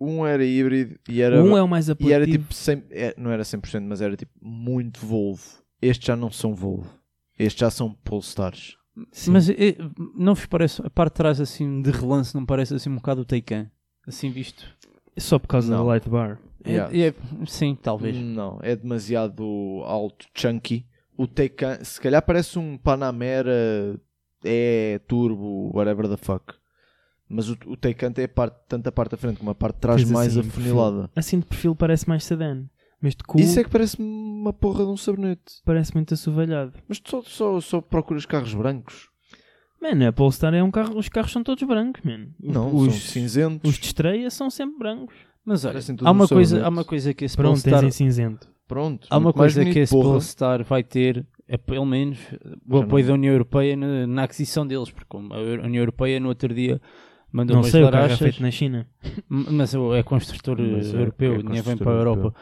Speaker 2: Um era híbrido e
Speaker 3: O
Speaker 2: era.
Speaker 3: um é o mais apelativo.
Speaker 2: E era tipo, 100, é, não era 100%, mas era tipo muito Volvo. Estes já não são Volvo. Estes já são Polestars.
Speaker 3: Sim.
Speaker 1: Mas eh, não vos parece, a parte de trás assim de relance, não parece assim um bocado o Taycan? Assim visto?
Speaker 3: Só por causa
Speaker 2: tipo- Não.
Speaker 3: da light bar.
Speaker 1: É-
Speaker 2: Yeah.
Speaker 1: é- sim, talvez.
Speaker 3: Hum.
Speaker 2: Não, é demasiado alto, chunky. O Taycan, se calhar parece um Panamera, é turbo, whatever the fuck. Mas o, o Taycan tem a parte, tanto a parte da frente como a parte de trás
Speaker 3: Fez
Speaker 2: mais
Speaker 3: assim,
Speaker 2: afunilada.
Speaker 3: Assim de perfil parece mais sedan. Mas de cu
Speaker 2: Isso é que parece uma porra de um sabonete.
Speaker 3: parece muito assovalhado.
Speaker 2: Mas tu só, só, só procuras carros brancos.
Speaker 3: Mano, a Polestar é um carro. Os carros são todos brancos, mano. Os-
Speaker 2: Não,
Speaker 3: os,
Speaker 2: são cinzentos.
Speaker 3: os de estreia são sempre brancos.
Speaker 1: Mas olha,
Speaker 2: Parecem tudo
Speaker 1: há
Speaker 2: um
Speaker 1: uma, coisa,
Speaker 2: sorvete.
Speaker 1: há uma coisa que esse
Speaker 3: Pronto, tens
Speaker 1: Polestar,
Speaker 3: em cinzento.
Speaker 2: Pronto.
Speaker 1: há uma
Speaker 2: muito mais
Speaker 1: coisa que
Speaker 2: bonito,
Speaker 1: esse
Speaker 2: porra.
Speaker 1: Polestar vai ter, é, pelo menos, o
Speaker 2: Já
Speaker 1: apoio
Speaker 2: não-
Speaker 1: da União Europeia na, na aquisição deles, porque como a Euro- União Europeia no outro dia mandou
Speaker 3: Não
Speaker 1: umas
Speaker 3: sei, o carro é
Speaker 1: larachas,
Speaker 3: feito na China.
Speaker 1: M- mas o- é construtor
Speaker 2: Mas é-
Speaker 1: europeu,
Speaker 2: é
Speaker 1: ninguém vem
Speaker 2: construtor
Speaker 1: para a Europa.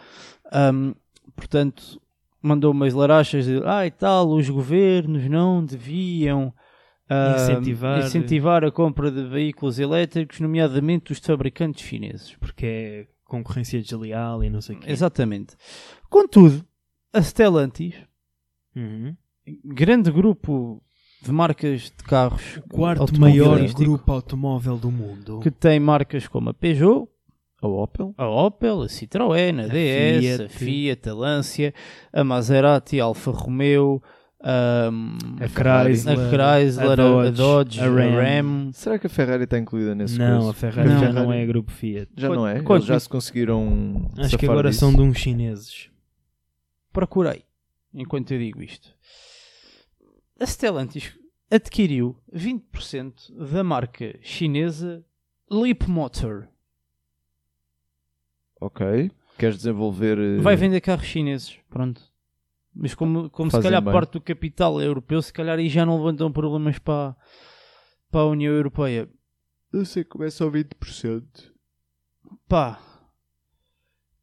Speaker 1: Ahm, portanto, mandou umas larachas de ah, e tal, os governos não deviam ah,
Speaker 3: Incentivar.
Speaker 1: incentivar a compra de veículos elétricos, nomeadamente os de fabricantes chineses.
Speaker 3: Porque é concorrência desleal e não sei o quê.
Speaker 1: Exatamente. Contudo, a Stellantis,
Speaker 3: Uhum.
Speaker 1: grande grupo de marcas de carros,
Speaker 3: quarto
Speaker 1: automobilístico,
Speaker 3: maior grupo automóvel do mundo.
Speaker 1: que tem marcas como a Peugeot,
Speaker 2: A Opel?
Speaker 1: a Opel, a Citroën, a,
Speaker 3: A
Speaker 1: DS, a
Speaker 3: Fiat.
Speaker 1: Fiat, a Lancia, a Maserati, a Alfa Romeo, um, a,
Speaker 3: A
Speaker 2: Ferrari.
Speaker 3: Chrysler,
Speaker 1: a Chrysler, a, a Dodge, a Ram.
Speaker 2: Será que a Ferrari está incluída nesse
Speaker 3: Não,
Speaker 2: coisa?
Speaker 3: a Ferrari
Speaker 1: Não.
Speaker 3: já não é grupo Fiat.
Speaker 2: Já
Speaker 1: Quanto-
Speaker 2: não é?
Speaker 1: quanto-
Speaker 2: Eles já se conseguiram.
Speaker 3: Acho que
Speaker 2: safar
Speaker 3: agora
Speaker 2: disso.
Speaker 3: são de uns chineses.
Speaker 1: Procurei, enquanto eu digo isto. A Stellantis adquiriu 20% da marca chinesa Leapmotor.
Speaker 2: Ok. Queres desenvolver. eh,
Speaker 1: Vai vender carros chineses, pronto. Mas como, como se
Speaker 2: Fazem
Speaker 1: calhar
Speaker 2: bem.
Speaker 1: parte do capital é europeu, se calhar aí já não levantam problemas para, para a União Europeia.
Speaker 2: Eu sei que começa ao 20%.
Speaker 1: Pá.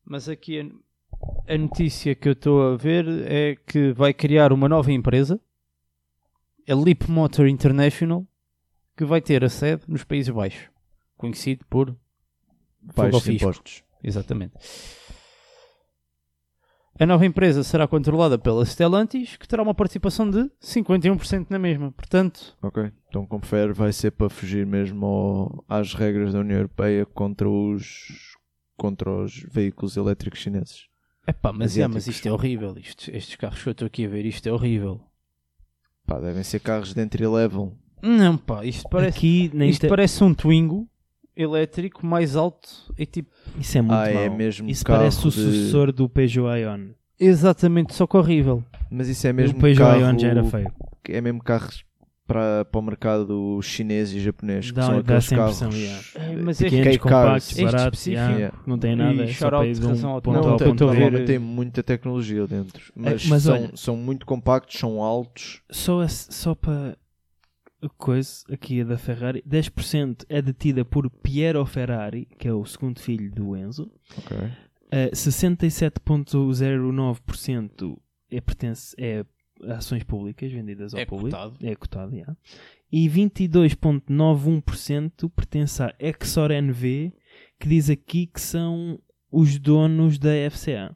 Speaker 1: Mas aqui a, a notícia que eu estou a ver é que vai criar uma nova empresa, a Leap Motor International, que vai ter a sede nos Países Baixos, conhecido por Fogo ao
Speaker 2: Baixos
Speaker 1: fisco.
Speaker 2: impostos.
Speaker 1: Exatamente. A nova empresa será controlada pela Stellantis, que terá uma participação de 51% na mesma. Portanto,
Speaker 2: Ok. Então confere, vai ser para fugir mesmo ao- às regras da União Europeia contra os. contra os veículos elétricos chineses.
Speaker 1: epá, mas, é, mas
Speaker 2: Asiáticos.
Speaker 1: isto é horrível. Isto, estes carros que eu estou aqui a ver, isto é horrível.
Speaker 2: Pá, devem ser carros de entry-level.
Speaker 1: Não, pá, isto parece,
Speaker 3: Aqui, na
Speaker 1: isto
Speaker 3: inter-
Speaker 1: parece um Twingo elétrico mais alto e tipo
Speaker 3: Isso é muito
Speaker 2: Ah, é
Speaker 3: mau.
Speaker 2: mesmo
Speaker 3: Isso
Speaker 2: carro
Speaker 3: parece o
Speaker 2: de-
Speaker 3: sucessor do Peugeot Ion.
Speaker 1: exatamente só que horrível.
Speaker 2: Mas isso é
Speaker 3: O
Speaker 2: mesmo.
Speaker 3: Peugeot
Speaker 2: carro...
Speaker 3: Ion já era feio.
Speaker 2: é mesmo carros para, para o mercado chinês e japonês, que
Speaker 3: Dá-
Speaker 2: são
Speaker 3: dá
Speaker 2: aqueles
Speaker 3: essa
Speaker 2: carros.
Speaker 3: impressão, yeah.
Speaker 1: É, mas este-
Speaker 2: Pequeno,
Speaker 3: 500
Speaker 2: K-Cars.
Speaker 3: compactos,
Speaker 1: Este
Speaker 3: baratos,
Speaker 1: específico-
Speaker 3: yeah,
Speaker 2: Yeah.
Speaker 3: não tem
Speaker 1: E
Speaker 3: nada. é só
Speaker 1: shout-out
Speaker 3: para ir de
Speaker 1: de razão
Speaker 3: um
Speaker 1: ao
Speaker 3: ponto
Speaker 1: Não, eh,
Speaker 3: ao
Speaker 1: tem-
Speaker 3: ponto
Speaker 1: estou a
Speaker 3: B.
Speaker 1: ver-
Speaker 2: tem muita tecnologia dentro, mas,
Speaker 3: mas
Speaker 2: são,
Speaker 3: olha-
Speaker 2: são muito compactos, são altos.
Speaker 3: Só, a- só para a coisa aqui a da Ferrari, 10% é detida por Piero Ferrari, que é o segundo filho do Enzo. Uh, 67,09% é, pertence é a ações públicas vendidas ao
Speaker 1: É
Speaker 3: público.
Speaker 1: cotado.
Speaker 3: É cotado, já. E 22,91% pertence à Exor NV, que diz aqui que são os donos da FCA.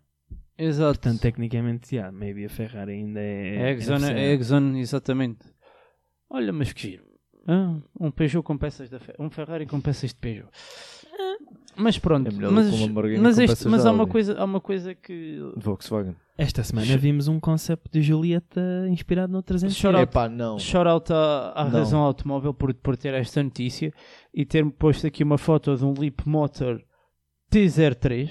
Speaker 1: Exato.
Speaker 3: Portanto, tecnicamente, já, maybe a Ferrari ainda é.
Speaker 1: É Exxon,
Speaker 3: FCA.
Speaker 1: é Exxon, exatamente. Olha, mas que giro. Ah, um Peugeot com peças da Fe- um Ferrari com peças de Peugeot. Mas pronto,
Speaker 2: É melhor do
Speaker 1: mas,
Speaker 2: que um Lamborghini
Speaker 1: mas,
Speaker 2: com
Speaker 1: este-
Speaker 2: peças
Speaker 1: mas
Speaker 2: da
Speaker 1: há, uma
Speaker 2: Audi.
Speaker 1: coisa, há uma coisa que.
Speaker 2: Volkswagen.
Speaker 3: Esta semana vimos um concept de Julieta inspirado no 300
Speaker 1: Shout out.
Speaker 2: Epá, não.
Speaker 1: Shout out à, à
Speaker 2: Não.
Speaker 1: razão automóvel por, por ter esta notícia e ter-me posto aqui uma foto de um Leap Motor T03.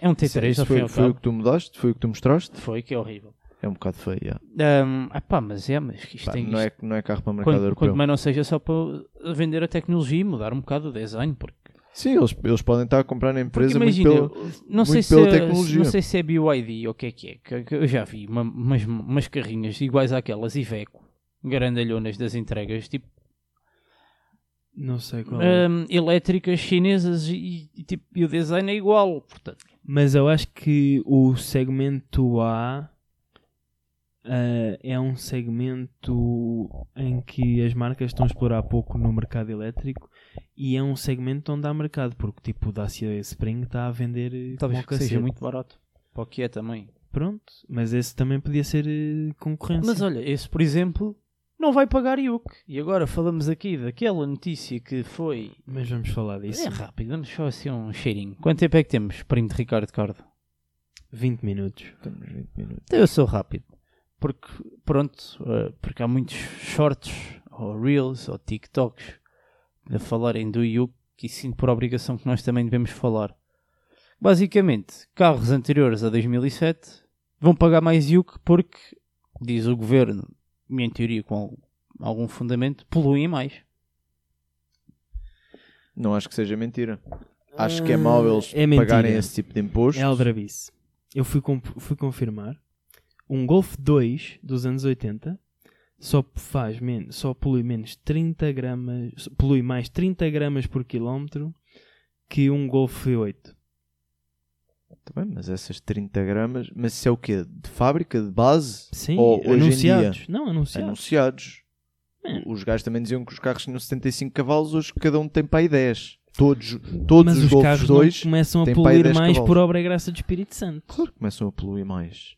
Speaker 1: É um T3,
Speaker 2: Isso
Speaker 1: ao fim e
Speaker 2: foi,
Speaker 1: ao
Speaker 2: foi o
Speaker 1: cabo.
Speaker 2: que tu mudaste, foi o que tu mostraste.
Speaker 1: Foi que é horrível.
Speaker 2: É um bocado feio. yeah.
Speaker 1: Ahm, ah pá, mas é, mas que isto
Speaker 2: Pá,
Speaker 1: tem
Speaker 2: não,
Speaker 1: isto-
Speaker 2: é, não é carro para o mercado
Speaker 1: Quanto,
Speaker 2: europeu.
Speaker 1: quanto mais não seja só para vender a tecnologia e mudar um bocado o design, porque
Speaker 2: Sim, eles, eles podem estar a comprar na
Speaker 1: Porque
Speaker 2: empresa
Speaker 1: imagina,
Speaker 2: muito pelo,
Speaker 1: não, sei
Speaker 2: muito
Speaker 1: se
Speaker 2: pela
Speaker 1: é,
Speaker 2: tecnologia.
Speaker 1: não sei se é BYD ou o que é que é, que- que eu já vi uma- umas, umas carrinhas iguais àquelas Iveco, grandalhonas das entregas, tipo
Speaker 3: Não sei qual é.
Speaker 1: hum, elétricas chinesas e, e tipo, e o design é igual, portanto.
Speaker 3: Mas eu acho que o segmento A ah, é um segmento em que as marcas estão a explorar pouco no mercado elétrico e é um segmento onde há mercado, porque tipo o Dacia Spring está a vender eh,
Speaker 1: Talvez
Speaker 3: como
Speaker 1: que
Speaker 3: o
Speaker 1: seja
Speaker 3: cacete.
Speaker 1: muito barato. Para o que é também.
Speaker 3: Pronto, mas esse também podia ser eh, concorrência.
Speaker 1: Mas olha, esse por exemplo não vai pagar IUC. E agora falamos aqui daquela notícia que foi.
Speaker 3: Mas vamos falar disso.
Speaker 1: É rápido, vamos só assim um cheirinho. Quanto tempo é que temos, primo de Ricardo Cardo?
Speaker 3: 20 minutos.
Speaker 2: Temos 20 minutos.
Speaker 1: Então eu sou rápido. Porque, pronto, eh, porque há muitos shorts, ou reels, ou TikToks a falarem do IUC e sinto por obrigação que nós também devemos falar. Basicamente, carros anteriores a 2007 vão pagar mais IUC porque, diz o governo, e em teoria com al- algum fundamento, poluem mais.
Speaker 2: Não acho que seja mentira. Acho
Speaker 3: Ah,
Speaker 2: que é mau eles
Speaker 3: é mentira.
Speaker 2: pagarem esse tipo de imposto.
Speaker 3: É Aldrabice. Eu fui, com- fui confirmar. Um Golf 2 dos anos 80 só faz menos, só polui menos 30 gramas, só polui mais 30 gramas por quilómetro que um Golf 8.
Speaker 2: Tá bem, mas essas 30 gramas, mas isso é o quê? De fábrica, de base?
Speaker 3: Sim,
Speaker 2: Ou hoje em
Speaker 3: anunciados.
Speaker 2: dia?
Speaker 3: Não, anunciados.
Speaker 2: Anunciados. Os gajos também diziam que os carros tinham 75 cavalos, hoje cada um tem para aí 10. Todos, todos
Speaker 3: Mas
Speaker 2: os,
Speaker 3: os
Speaker 2: Golfs
Speaker 3: carros não
Speaker 2: 2
Speaker 3: começam a
Speaker 2: têm para aí
Speaker 3: poluir
Speaker 2: 10
Speaker 3: mais
Speaker 2: cavalos.
Speaker 3: por obra e graça do Espírito Santo.
Speaker 2: claro que começam a poluir mais.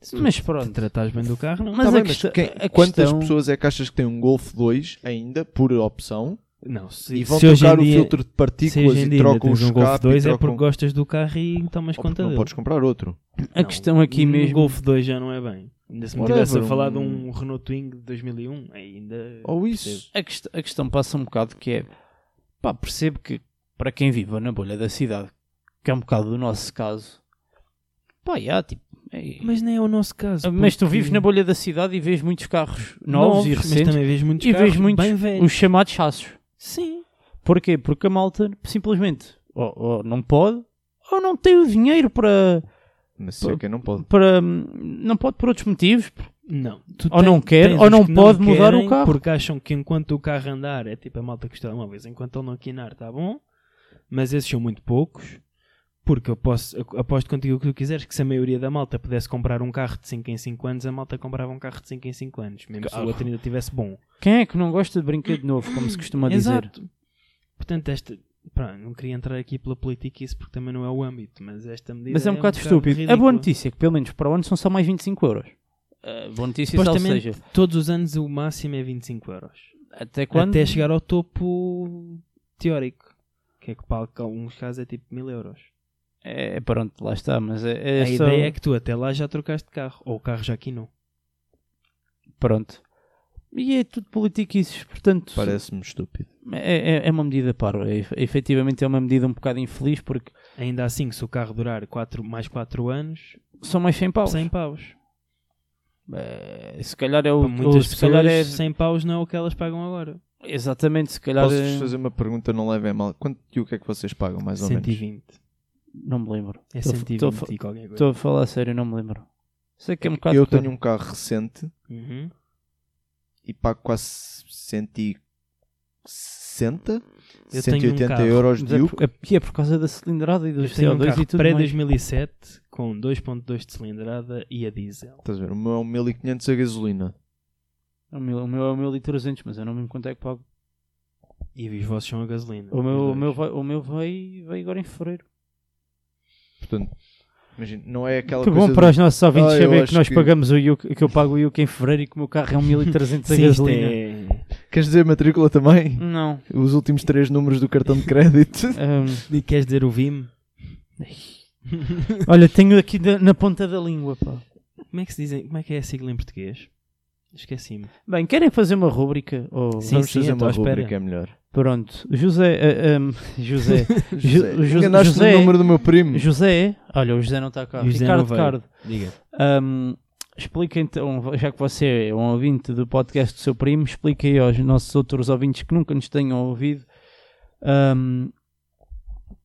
Speaker 3: Se tu
Speaker 1: Mas
Speaker 3: te
Speaker 1: pronto,
Speaker 3: tratares bem do carro, não.
Speaker 1: Mas
Speaker 2: Tá
Speaker 1: a
Speaker 2: bem,
Speaker 1: questão-
Speaker 2: quem-
Speaker 1: a
Speaker 2: quantas
Speaker 1: questão-
Speaker 2: pessoas é que achas que têm um Golf 2 ainda, por opção,
Speaker 3: Não, se,
Speaker 2: e vão
Speaker 3: se hoje em
Speaker 2: trocar o
Speaker 3: dia-
Speaker 2: filtro de
Speaker 3: se hoje
Speaker 2: partículas
Speaker 3: em
Speaker 2: e
Speaker 3: dia
Speaker 2: trocam o
Speaker 3: tens um
Speaker 2: escape?
Speaker 3: Golf 2
Speaker 2: e
Speaker 3: é
Speaker 2: trocam...
Speaker 3: porque gostas do carro e tomas
Speaker 2: Ou porque
Speaker 3: conta
Speaker 2: não
Speaker 3: dele.
Speaker 2: podes comprar outro.
Speaker 1: a
Speaker 3: Não,
Speaker 1: questão aqui
Speaker 3: um
Speaker 1: mesmo.
Speaker 3: Golf 2 já não é bem. Ainda se me
Speaker 2: Whatever,
Speaker 3: tivesse a falar de
Speaker 2: um- Oh.
Speaker 3: um Renault Twing de 2001, ainda.
Speaker 2: Ou isso.
Speaker 1: a, quest- a questão passa um bocado que é pá, percebo que para quem viva na bolha da cidade, que é um bocado do nosso caso, pá, já, tipo, é- mas,
Speaker 3: Mas nem é o nosso caso.
Speaker 1: tu vives na bolha da cidade e vês muitos carros novos, e
Speaker 3: Mas
Speaker 1: recentes,
Speaker 3: também vês muitos
Speaker 1: e
Speaker 3: carros
Speaker 1: vês muitos
Speaker 3: bem velhos.
Speaker 1: os chamados chassos.
Speaker 3: Sim.
Speaker 1: Porquê? Porque a malta simplesmente ou, ou não pode ou não tem o dinheiro para,
Speaker 2: Mas isso é quem não pode.
Speaker 1: para. Não pode por outros motivos.
Speaker 3: Não. Tu
Speaker 1: Ou não quer,
Speaker 3: tens
Speaker 1: ou
Speaker 3: os
Speaker 1: não
Speaker 3: que
Speaker 1: pode mudar
Speaker 3: querem
Speaker 1: o carro.
Speaker 3: Porque acham que enquanto o carro andar é tipo a malta que os telemóveis, enquanto ele não quinar, está bom. Mas esses são muito poucos. Porque eu posso, eu aposto contigo o que tu quiseres, que se a maioria da malta pudesse comprar um carro de 5 em 5 anos, a malta comprava um carro de 5 em 5 anos, mesmo se
Speaker 1: Claro.
Speaker 3: o outro ainda tivesse bom.
Speaker 1: Quem é que não gosta de brinquedo novo, como se costuma dizer?
Speaker 3: Exato. Portanto, esta. Pá, não queria entrar aqui pela política isso porque também não é o âmbito, mas esta medida.
Speaker 1: Mas é um bocado estúpido.
Speaker 3: ridícula.
Speaker 1: A boa notícia é que pelo menos para o ano são só mais 25 euros. A boa notícia salvo
Speaker 3: Supostamente,
Speaker 1: seja.
Speaker 3: todos os anos o máximo é 25 euros.
Speaker 1: Até quando?
Speaker 3: Até chegar ao topo teórico. Que é que para alguns casos é tipo 1000 euros.
Speaker 1: É, pronto, lá está. Mas é, é
Speaker 3: a
Speaker 1: só-
Speaker 3: ideia é que tu até lá já trocaste de carro. Ou o carro já aqui não.
Speaker 1: Pronto. E é tudo politiquices, portanto.
Speaker 2: Parece-me estúpido.
Speaker 1: É, é- é uma medida parva. E- Efetivamente é uma medida um bocado infeliz porque
Speaker 3: Ainda assim, se o carro durar quatro, mais 4 anos,
Speaker 1: são mais 100 paus.
Speaker 3: 100 paus.
Speaker 1: É, se calhar é o.
Speaker 3: Para
Speaker 1: ou
Speaker 3: muitas
Speaker 1: se calhar
Speaker 3: pessoas,
Speaker 1: é.
Speaker 3: 100 paus não é o que elas pagam agora.
Speaker 1: Exatamente, se calhar.
Speaker 2: Posso-vos
Speaker 1: é-
Speaker 2: fazer uma pergunta, não levem a mal. Quanto e o que é que vocês pagam, mais ou menos?
Speaker 3: 120.
Speaker 1: Não me lembro.
Speaker 3: É
Speaker 1: Tô-
Speaker 3: 120
Speaker 1: tô a fa-
Speaker 3: e qualquer coisa.
Speaker 1: Estou a falar a sério, não me lembro. Sei que é um bocado.
Speaker 2: Eu
Speaker 1: caro.
Speaker 2: tenho um carro recente
Speaker 3: Uhum.
Speaker 2: e pago quase 160,
Speaker 3: Eu tenho um
Speaker 2: 180
Speaker 3: carro.
Speaker 2: euros
Speaker 1: Mas
Speaker 2: de
Speaker 1: é
Speaker 2: Duke.
Speaker 1: por, é, e é por causa da cilindrada e do
Speaker 3: Eu tenho um
Speaker 1: CO2
Speaker 3: carro
Speaker 1: é e tudo mais.
Speaker 3: pré-2007 com 2.2 de cilindrada e a diesel.
Speaker 2: Estás a ver? O meu é um 1500 a gasolina.
Speaker 1: O meu, o meu é o 1300, mas eu não me lembro quanto é que pago.
Speaker 3: E os vossos são a gasolina.
Speaker 1: O
Speaker 3: os
Speaker 1: meu, o
Speaker 3: dois.
Speaker 1: meu, vai, o meu vai, vai agora em fevereiro.
Speaker 2: Portanto, imagina, não é aquela
Speaker 1: Que
Speaker 2: coisa.
Speaker 1: bom
Speaker 2: do-
Speaker 1: para os nossos ouvintes
Speaker 2: Ah, eu
Speaker 1: saber que
Speaker 2: acho
Speaker 1: nós
Speaker 2: que-
Speaker 1: pagamos o IUC, que eu pago o IUC em fevereiro e que o meu carro é um 1300 a
Speaker 3: Sim, isto
Speaker 1: gasolina.
Speaker 3: é-
Speaker 2: Queres dizer matrícula também? <laughs>
Speaker 1: Não.
Speaker 2: Os últimos três números do cartão de crédito.
Speaker 1: Ahm,
Speaker 3: E é- queres dizer o VIM?
Speaker 1: olha, tenho aqui da- na ponta da língua, pá.
Speaker 3: Como é que se dizem? Como é que é a sigla em português? Esqueci-me.
Speaker 1: Bem, querem fazer uma rúbrica? Ou...
Speaker 3: Sim.
Speaker 2: <laughs> Vamos fazer
Speaker 3: eu estou à
Speaker 2: uma
Speaker 3: espera.
Speaker 2: rubrica, é melhor.
Speaker 1: Pronto. José... ah, ahm, José... Ju- Ju-
Speaker 2: Enganaste
Speaker 1: José-
Speaker 2: o número do meu primo.
Speaker 1: José... é? Olha, o José não está cá.
Speaker 3: O José não
Speaker 1: Ricardo
Speaker 3: veio.
Speaker 1: Cardo.
Speaker 3: Diga.
Speaker 1: Ahm, explica então, já que você é um ouvinte do podcast do seu primo, explica aí aos nossos outros ouvintes que nunca nos tenham ouvido ahm,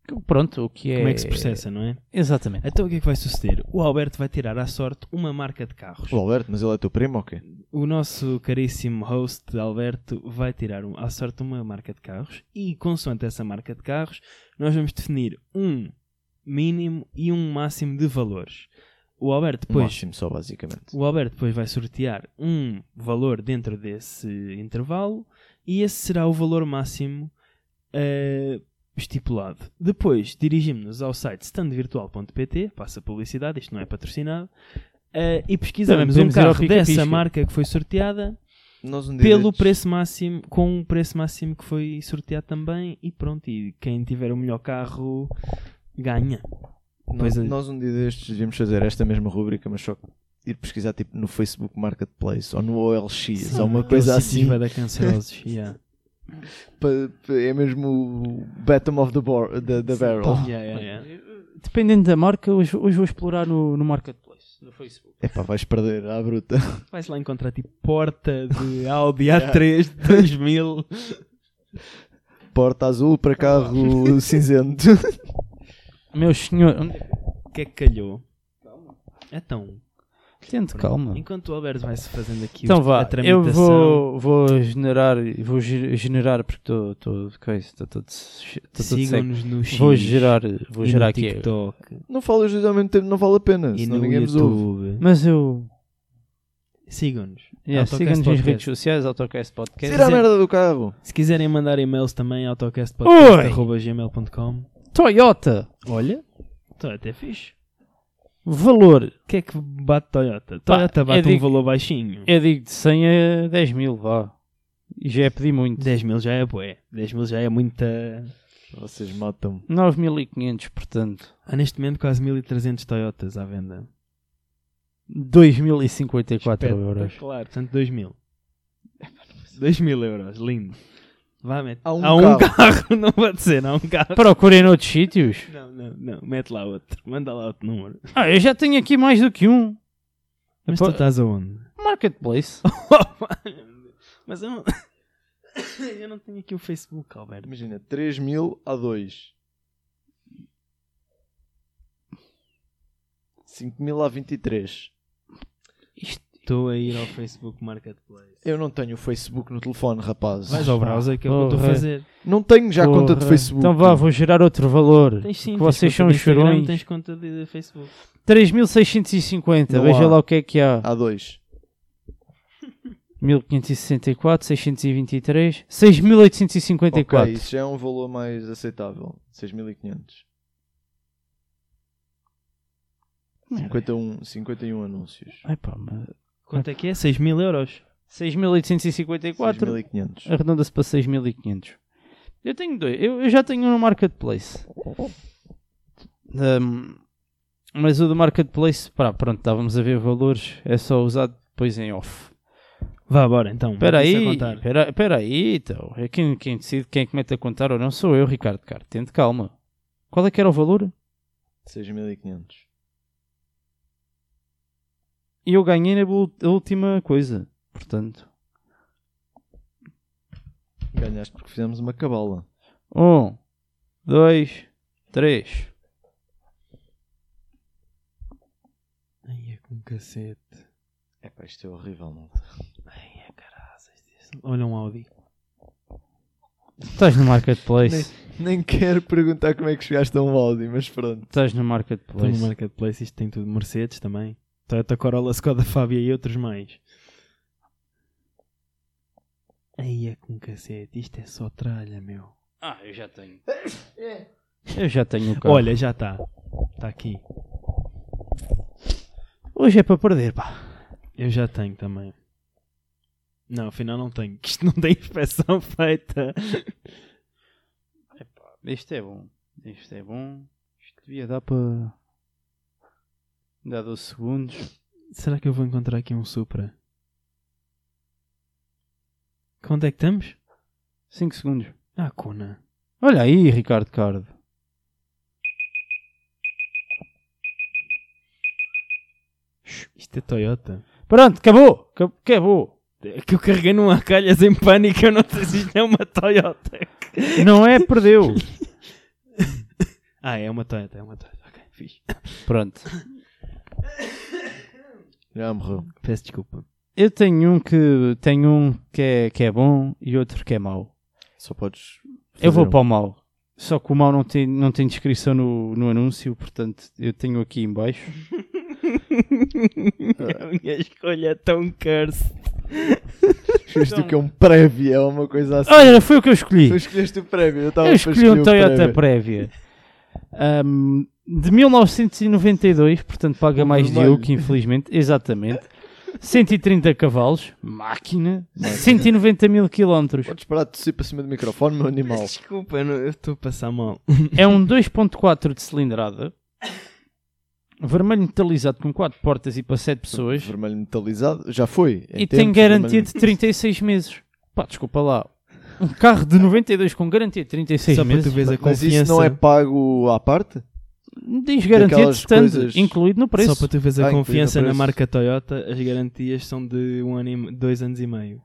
Speaker 1: Que, Pronto, o que é.
Speaker 3: Como é que se processa, não é?
Speaker 1: Exatamente.
Speaker 3: Então o que é que vai suceder? O Alberto vai tirar à sorte uma marca de carros.
Speaker 2: O Alberto, mas ele é teu primo ou quê?
Speaker 3: O nosso caríssimo host Alberto vai tirar um- à sorte uma marca de carros e, consoante essa marca de carros, nós vamos definir um mínimo e um máximo de valores. O Alberto
Speaker 2: Pois.
Speaker 3: depois,
Speaker 2: Um Máximo só, basicamente.
Speaker 3: o Alberto depois vai sortear um valor dentro desse intervalo e esse será o valor máximo eh, estipulado. Depois dirigimos-nos ao site standvirtual.pt, passa publicidade, isto não é patrocinado, eh, e pesquisamos um
Speaker 1: podemos ir ao
Speaker 3: carro dessa
Speaker 1: Pisca-Pisca.
Speaker 3: marca que foi sorteada
Speaker 2: Nós um dia
Speaker 3: pelo
Speaker 2: destes-
Speaker 3: preço máximo, com o preço máximo que foi sorteado também, e pronto, e quem tiver o melhor carro ganha.
Speaker 2: Nós,
Speaker 3: Pois é.
Speaker 2: nós um dia destes devíamos fazer esta mesma rubrica, mas só ir pesquisar tipo no Facebook Marketplace ou no OLX ou uma coisa assim.
Speaker 3: Vai dar cancerosos. <laughs>
Speaker 2: <laughs>
Speaker 3: yeah.
Speaker 2: pa- pa- é mesmo o bottom of the, bor- the- the barrel.
Speaker 3: Yeah, yeah, yeah.
Speaker 1: Dependendo da marca, hoje, hoje vou explorar no, no Marketplace, no Facebook.
Speaker 2: Epá, vais perder à bruta.
Speaker 3: Vais lá encontrar tipo porta
Speaker 1: <laughs>
Speaker 3: de Audi A3 de 2000.
Speaker 2: Porta azul para
Speaker 3: <laughs>
Speaker 2: carro cinzento. <laughs>
Speaker 1: Meu senhor, onde é que-
Speaker 3: O que é que calhou? Então,
Speaker 1: Tente, calma.
Speaker 3: enquanto o Alberto vai se fazendo aqui
Speaker 1: Então
Speaker 3: o- a
Speaker 1: vá, eu
Speaker 3: tramitação,
Speaker 1: vou, vou generar, vou ge- generar porque estou todo coisa, estou todo che-
Speaker 3: Tá
Speaker 1: tô todo seco.
Speaker 3: sigam-nos no X
Speaker 1: Vou gerar, vou
Speaker 3: e
Speaker 1: gerar
Speaker 3: no
Speaker 1: aqui.
Speaker 3: TikTok
Speaker 2: Não falas dois ao mesmo tempo, não vale a pena.
Speaker 3: e
Speaker 2: senão
Speaker 3: no
Speaker 2: ninguém nos ouve.
Speaker 3: YouTube.
Speaker 1: Mas eu,
Speaker 3: Sigam-nos.
Speaker 1: yeah,
Speaker 3: Autocast
Speaker 1: siga-nos nas
Speaker 3: Podcast.
Speaker 1: redes sociais, Autocast Podcast.
Speaker 2: Tira a
Speaker 3: dizer-
Speaker 2: merda do carro.
Speaker 3: Se quiserem mandar e-mails também,
Speaker 1: Oi!
Speaker 3: autocastpodcast.gmail.com
Speaker 1: Toyota,
Speaker 3: Olha, Toyota é fixe.
Speaker 1: valor,
Speaker 3: O que é que bate Toyota? Toyota bate
Speaker 1: eu digo-
Speaker 3: um valor baixinho.
Speaker 1: eu digo de 100 a 10 mil, vá. E já é pedir muito.
Speaker 3: 10 mil já é bué. 10 mil já é muita...
Speaker 2: Vocês matam-me.
Speaker 1: 9.500, portanto,
Speaker 3: Há neste momento quase 1300 Toyotas à venda.
Speaker 1: 2.054 euros.
Speaker 3: Claro, portanto <laughs> 2000. 2000 euros, lindo. Vá, mete.
Speaker 2: Há um
Speaker 3: carro. <laughs> não pode ser, há um carro.
Speaker 1: Procurem noutros sítios.
Speaker 3: Não, não, não, mete lá outro. Manda lá outro número.
Speaker 1: Ah, eu já tenho aqui mais do que um.
Speaker 3: Mas
Speaker 1: Pô-
Speaker 3: tu estás aonde?
Speaker 1: Marketplace.
Speaker 3: <laughs> Mas eu não... <coughs> eu não tenho aqui o Facebook, Alberto.
Speaker 2: Imagina, 3 mil a 2. 5 mil a 23.
Speaker 1: Isto
Speaker 3: Estou a ir ao Facebook Marketplace.
Speaker 2: Eu não tenho o Facebook no telefone, rapaz.
Speaker 3: Vais ao browser que é o que eu estou a
Speaker 1: Porra.
Speaker 3: fazer.
Speaker 2: Não tenho <laughs> já
Speaker 1: Porra.
Speaker 2: conta de Facebook.
Speaker 1: Então vá, vou gerar outro valor.
Speaker 3: Tens sim,
Speaker 1: que
Speaker 3: tens
Speaker 1: vocês
Speaker 3: conta
Speaker 1: são
Speaker 3: de
Speaker 1: os
Speaker 3: Instagram,
Speaker 1: chorões.
Speaker 3: Tens conta de Facebook.
Speaker 1: 3650,
Speaker 2: Não
Speaker 1: veja
Speaker 2: há. Ah.
Speaker 1: lá o que é que há.
Speaker 2: A 2.
Speaker 1: 1564, 623, 6854.
Speaker 2: Ok, isso já é um valor mais aceitável. 6.500. 51, 51 anúncios.
Speaker 1: Epá, mas-
Speaker 3: Quanto é que é? 6 mil euros.
Speaker 1: 6854,
Speaker 2: 6.500.
Speaker 1: arredonda-se para 6500. Eu tenho dois, eu, eu já tenho um no Marketplace. Ahm, mas o do Marketplace, pá, pronto, estávamos a ver valores, é só usado depois em off.
Speaker 3: Vá, bora então.
Speaker 1: Espera
Speaker 3: Começa a
Speaker 1: aí,
Speaker 3: contar.
Speaker 1: espera espera aí, então. É quem, quem decide quem é que mete a contar ou não sou eu, Ricardo Caro. Tente calma. Qual é que era o valor?
Speaker 2: 6.500.
Speaker 1: E eu ganhei na bul- a última coisa. Portanto,
Speaker 2: Ganhaste porque fizemos uma cabala.
Speaker 1: um, dois, três.
Speaker 3: Ai, é com cacete.
Speaker 2: Epá, isto é horrível, malta.
Speaker 3: Ai, é caraças. disso. Olha um Audi.
Speaker 1: Estás no marketplace.
Speaker 2: Nem quero perguntar como é que chegaste a um Audi, mas pronto.
Speaker 1: Estás no
Speaker 3: Estou no
Speaker 1: marketplace.
Speaker 3: Marketplace, isto tem tudo. Mercedes também. Toyota Corolla, Skoda Fábia e outros mais. Ai, é com cacete. Isto é só tralha, meu.
Speaker 1: Ah, eu já tenho. Eu já tenho o carro.
Speaker 3: Olha, já está. Está aqui.
Speaker 1: hoje é para perder, pá.
Speaker 3: Eu já tenho também. Não, afinal não tenho. que Isto não tem inspeção <laughs> feita.
Speaker 1: Isto é bom. Isto é bom. Isto devia dar para. Dá 12 segundos.
Speaker 3: Será que eu vou encontrar aqui um Supra? Quanto é que estamos?
Speaker 1: 5 segundos.
Speaker 3: Ah, cuna.
Speaker 1: Olha aí, Ricardo Cardo.
Speaker 3: Isto é Toyota.
Speaker 1: Pronto, acabou! Acab- Acabou!
Speaker 3: É que eu carreguei numa calhas em
Speaker 1: <laughs>
Speaker 3: pânico. Eu não sei se isto é uma Toyota.
Speaker 1: Não é, perdeu!
Speaker 3: Ah, é uma Toyota, é uma Toyota. Ok, fixe.
Speaker 1: Pronto.
Speaker 2: Já morreu.
Speaker 3: Peço desculpa.
Speaker 1: Eu tenho um que tenho um que é, que é bom e outro que é mau.
Speaker 2: Só podes.
Speaker 1: Eu vou
Speaker 2: fazer um.
Speaker 1: para o mau. Só que o mau não tem, não tem descrição no, no anúncio, portanto eu tenho aqui em baixo.
Speaker 2: Ah.
Speaker 3: <laughs> A minha escolha é tão curse.
Speaker 2: Escolheste o que é um prévio, é uma coisa assim.
Speaker 1: Olha, foi o que eu escolhi.
Speaker 2: Tu escolheste o prévio, eu estava
Speaker 1: Ah, Eu
Speaker 2: a
Speaker 1: escolhi um
Speaker 2: escolher o
Speaker 1: Toyota
Speaker 2: prévio.
Speaker 1: Prévia. Ahm, de 1992, portanto paga
Speaker 2: O
Speaker 1: mais de
Speaker 2: vermelho.
Speaker 1: eu que infelizmente, exatamente. 130 cavalos, máquina, 190 mil quilómetros.
Speaker 2: Podes parar de tossir para cima do microfone, meu animal.
Speaker 3: Desculpa, eu não- eu estou a passar mal.
Speaker 1: É um 2.4 de cilindrada, vermelho metalizado com 4 portas e para 7 pessoas
Speaker 2: Vermelho metalizado, já foi. em
Speaker 1: e
Speaker 2: tempos,
Speaker 1: tem garantia
Speaker 2: vermelho-
Speaker 1: de 36 meses. Pá, desculpa lá. Um carro de 92 com garantia de 36
Speaker 3: Só para
Speaker 1: meses.
Speaker 3: tu veres a
Speaker 2: Mas
Speaker 3: confiança.
Speaker 2: isso não é pago à parte?
Speaker 1: Diz garantia de
Speaker 2: Daquelas
Speaker 1: stand,
Speaker 2: coisas-
Speaker 1: incluído no preço.
Speaker 3: Só para tu veres a
Speaker 2: Ah, incluído
Speaker 3: confiança
Speaker 2: no
Speaker 3: na
Speaker 2: preço.
Speaker 3: marca Toyota, as garantias são de um ano e, dois anos e meio.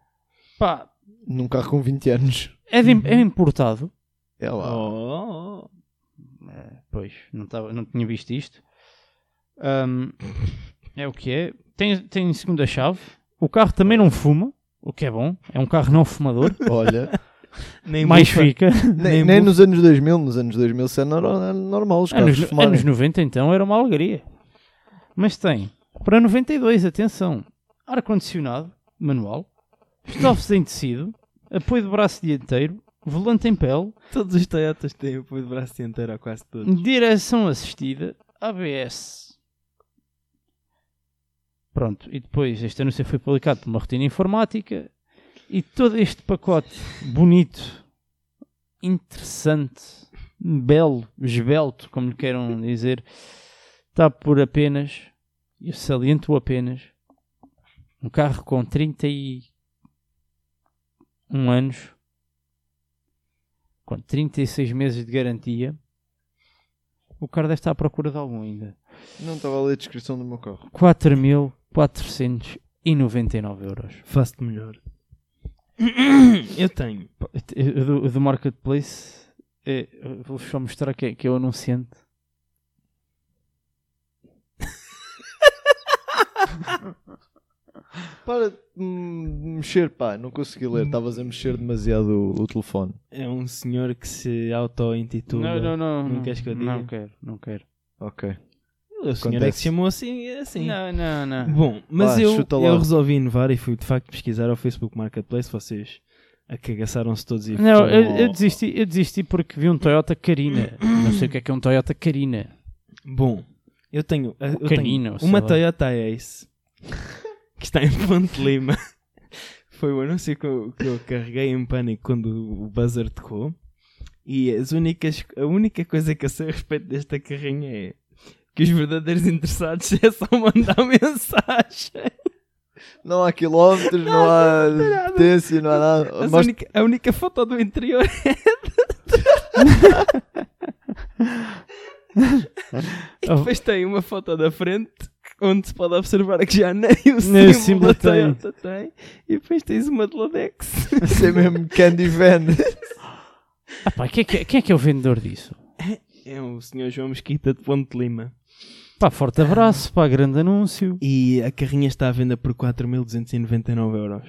Speaker 1: Pá,
Speaker 2: Num carro com 20 anos.
Speaker 1: é, de- é importado.
Speaker 2: É lá.
Speaker 3: Oh, oh, oh.
Speaker 1: Pois, não, tava, não tinha visto isto. Ahm, é o que é. Tem, tem segunda chave. O carro também não fuma, o que é bom. É um carro não fumador. <laughs>
Speaker 2: Olha,
Speaker 3: Nem
Speaker 1: mais
Speaker 3: bufa.
Speaker 1: fica.
Speaker 2: nem,
Speaker 3: Nem
Speaker 2: nem
Speaker 3: bufa.
Speaker 2: nos anos 2000, nos anos 2000 isso é nor- é normal os carros
Speaker 1: Anos,
Speaker 2: fumarem.
Speaker 1: anos 90 então era uma alegria. Mas tem, para 92, atenção, ar-condicionado, manual, estofes em tecido, apoio de braço dianteiro, volante em pele,
Speaker 3: Todos os Toyotas têm apoio de braço dianteiro, ou quase todos.
Speaker 1: direção assistida, ABS. Pronto, e depois este anúncio foi publicado por uma rotina informática e todo este pacote bonito, interessante, belo, esbelto, como lhe queiram dizer, está por apenas, eu saliento apenas, um carro com 31 anos, com 36 meses de garantia, o cara deve estar à procura de algum ainda.
Speaker 2: Não estava a ler a descrição do meu carro.
Speaker 1: 4.499 euros.
Speaker 3: Faço-te melhor. <coughs> Eu tenho.
Speaker 1: O do, o do Marketplace, é, eu vou só mostrar que é, que é o anunciante.
Speaker 2: Para de hum, mexer, pá, não consegui
Speaker 1: Hum.
Speaker 2: ler. Estavas a mexer demasiado o, o telefone.
Speaker 3: É um senhor que se auto-intitula.
Speaker 1: não.
Speaker 3: Não queres que eu diga?
Speaker 1: Não quero, não quero.
Speaker 2: Ok.
Speaker 3: O senhor é que
Speaker 2: Acontece.
Speaker 3: se chamou assim. é assim.
Speaker 1: Não, não, não.
Speaker 3: Bom, mas
Speaker 2: Vá,
Speaker 3: eu,
Speaker 2: chuta lá.
Speaker 3: eu resolvi inovar e fui de facto pesquisar ao Facebook Marketplace. Vocês acagaçaram-se todos e
Speaker 1: Não, eu,
Speaker 3: ficaram-
Speaker 1: eu desisti, eu desisti porque vi um Toyota Carina. Não sei o que é que é um Toyota Carina. Bom,
Speaker 3: Eu tenho, eh, eu tenho
Speaker 1: canino, sei
Speaker 3: uma
Speaker 1: lá.
Speaker 3: Toyota Ace <laughs> que está em Ponte Lima. <laughs> Foi o anúncio que eu, que eu carreguei em pânico quando o buzzer tocou. E as únicas, a única coisa que eu sei a respeito desta carrinha é que os verdadeiros interessados <laughs> é só mandar mensagem.
Speaker 2: Não há quilómetros, não há
Speaker 3: nada.
Speaker 2: potência, não há nada.
Speaker 3: As
Speaker 2: Mas
Speaker 3: única- a única foto do interior é <laughs> E depois tem uma foto da frente onde se pode observar que já nem o símbolo,
Speaker 1: símbolo
Speaker 3: da
Speaker 1: tem.
Speaker 3: Toyota tem. E depois tens uma de Lodex.
Speaker 2: isso é mesmo Candy Van. <laughs>
Speaker 1: Ah, pá, quem é, que, quem é que é o vendedor disso?
Speaker 3: <laughs> É o senhor João Mesquita de Ponte Lima.
Speaker 1: Pá, forte abraço, pá, grande anúncio.
Speaker 3: E a carrinha está à venda por 4.299 euros.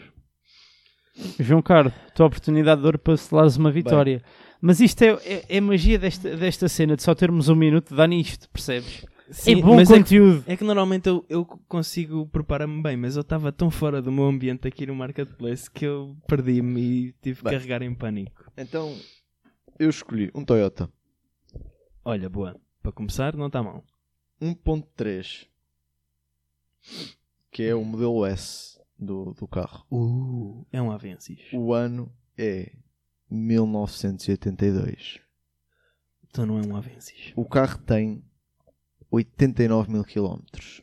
Speaker 1: João Cardo, tua oportunidade de ouro para selares uma vitória. Mas isto é, é, é magia desta, desta cena, de só termos um minuto, dá nisto, percebes? é bom
Speaker 3: mas é que,
Speaker 1: conteúdo.
Speaker 3: é que normalmente eu, eu consigo preparar-me bem, mas eu estava tão fora do meu ambiente aqui no Marketplace que eu perdi-me e tive que
Speaker 2: Bem.
Speaker 3: carregar em pânico.
Speaker 2: Então, eu escolhi um Toyota
Speaker 3: Olha, boa. Para começar, não está mal.
Speaker 2: 1.3, que é o modelo S do, do carro.
Speaker 3: Uh, é um Avensis.
Speaker 2: O ano é 1982.
Speaker 3: Então não é um Avensis.
Speaker 2: O carro tem 89 mil quilómetros.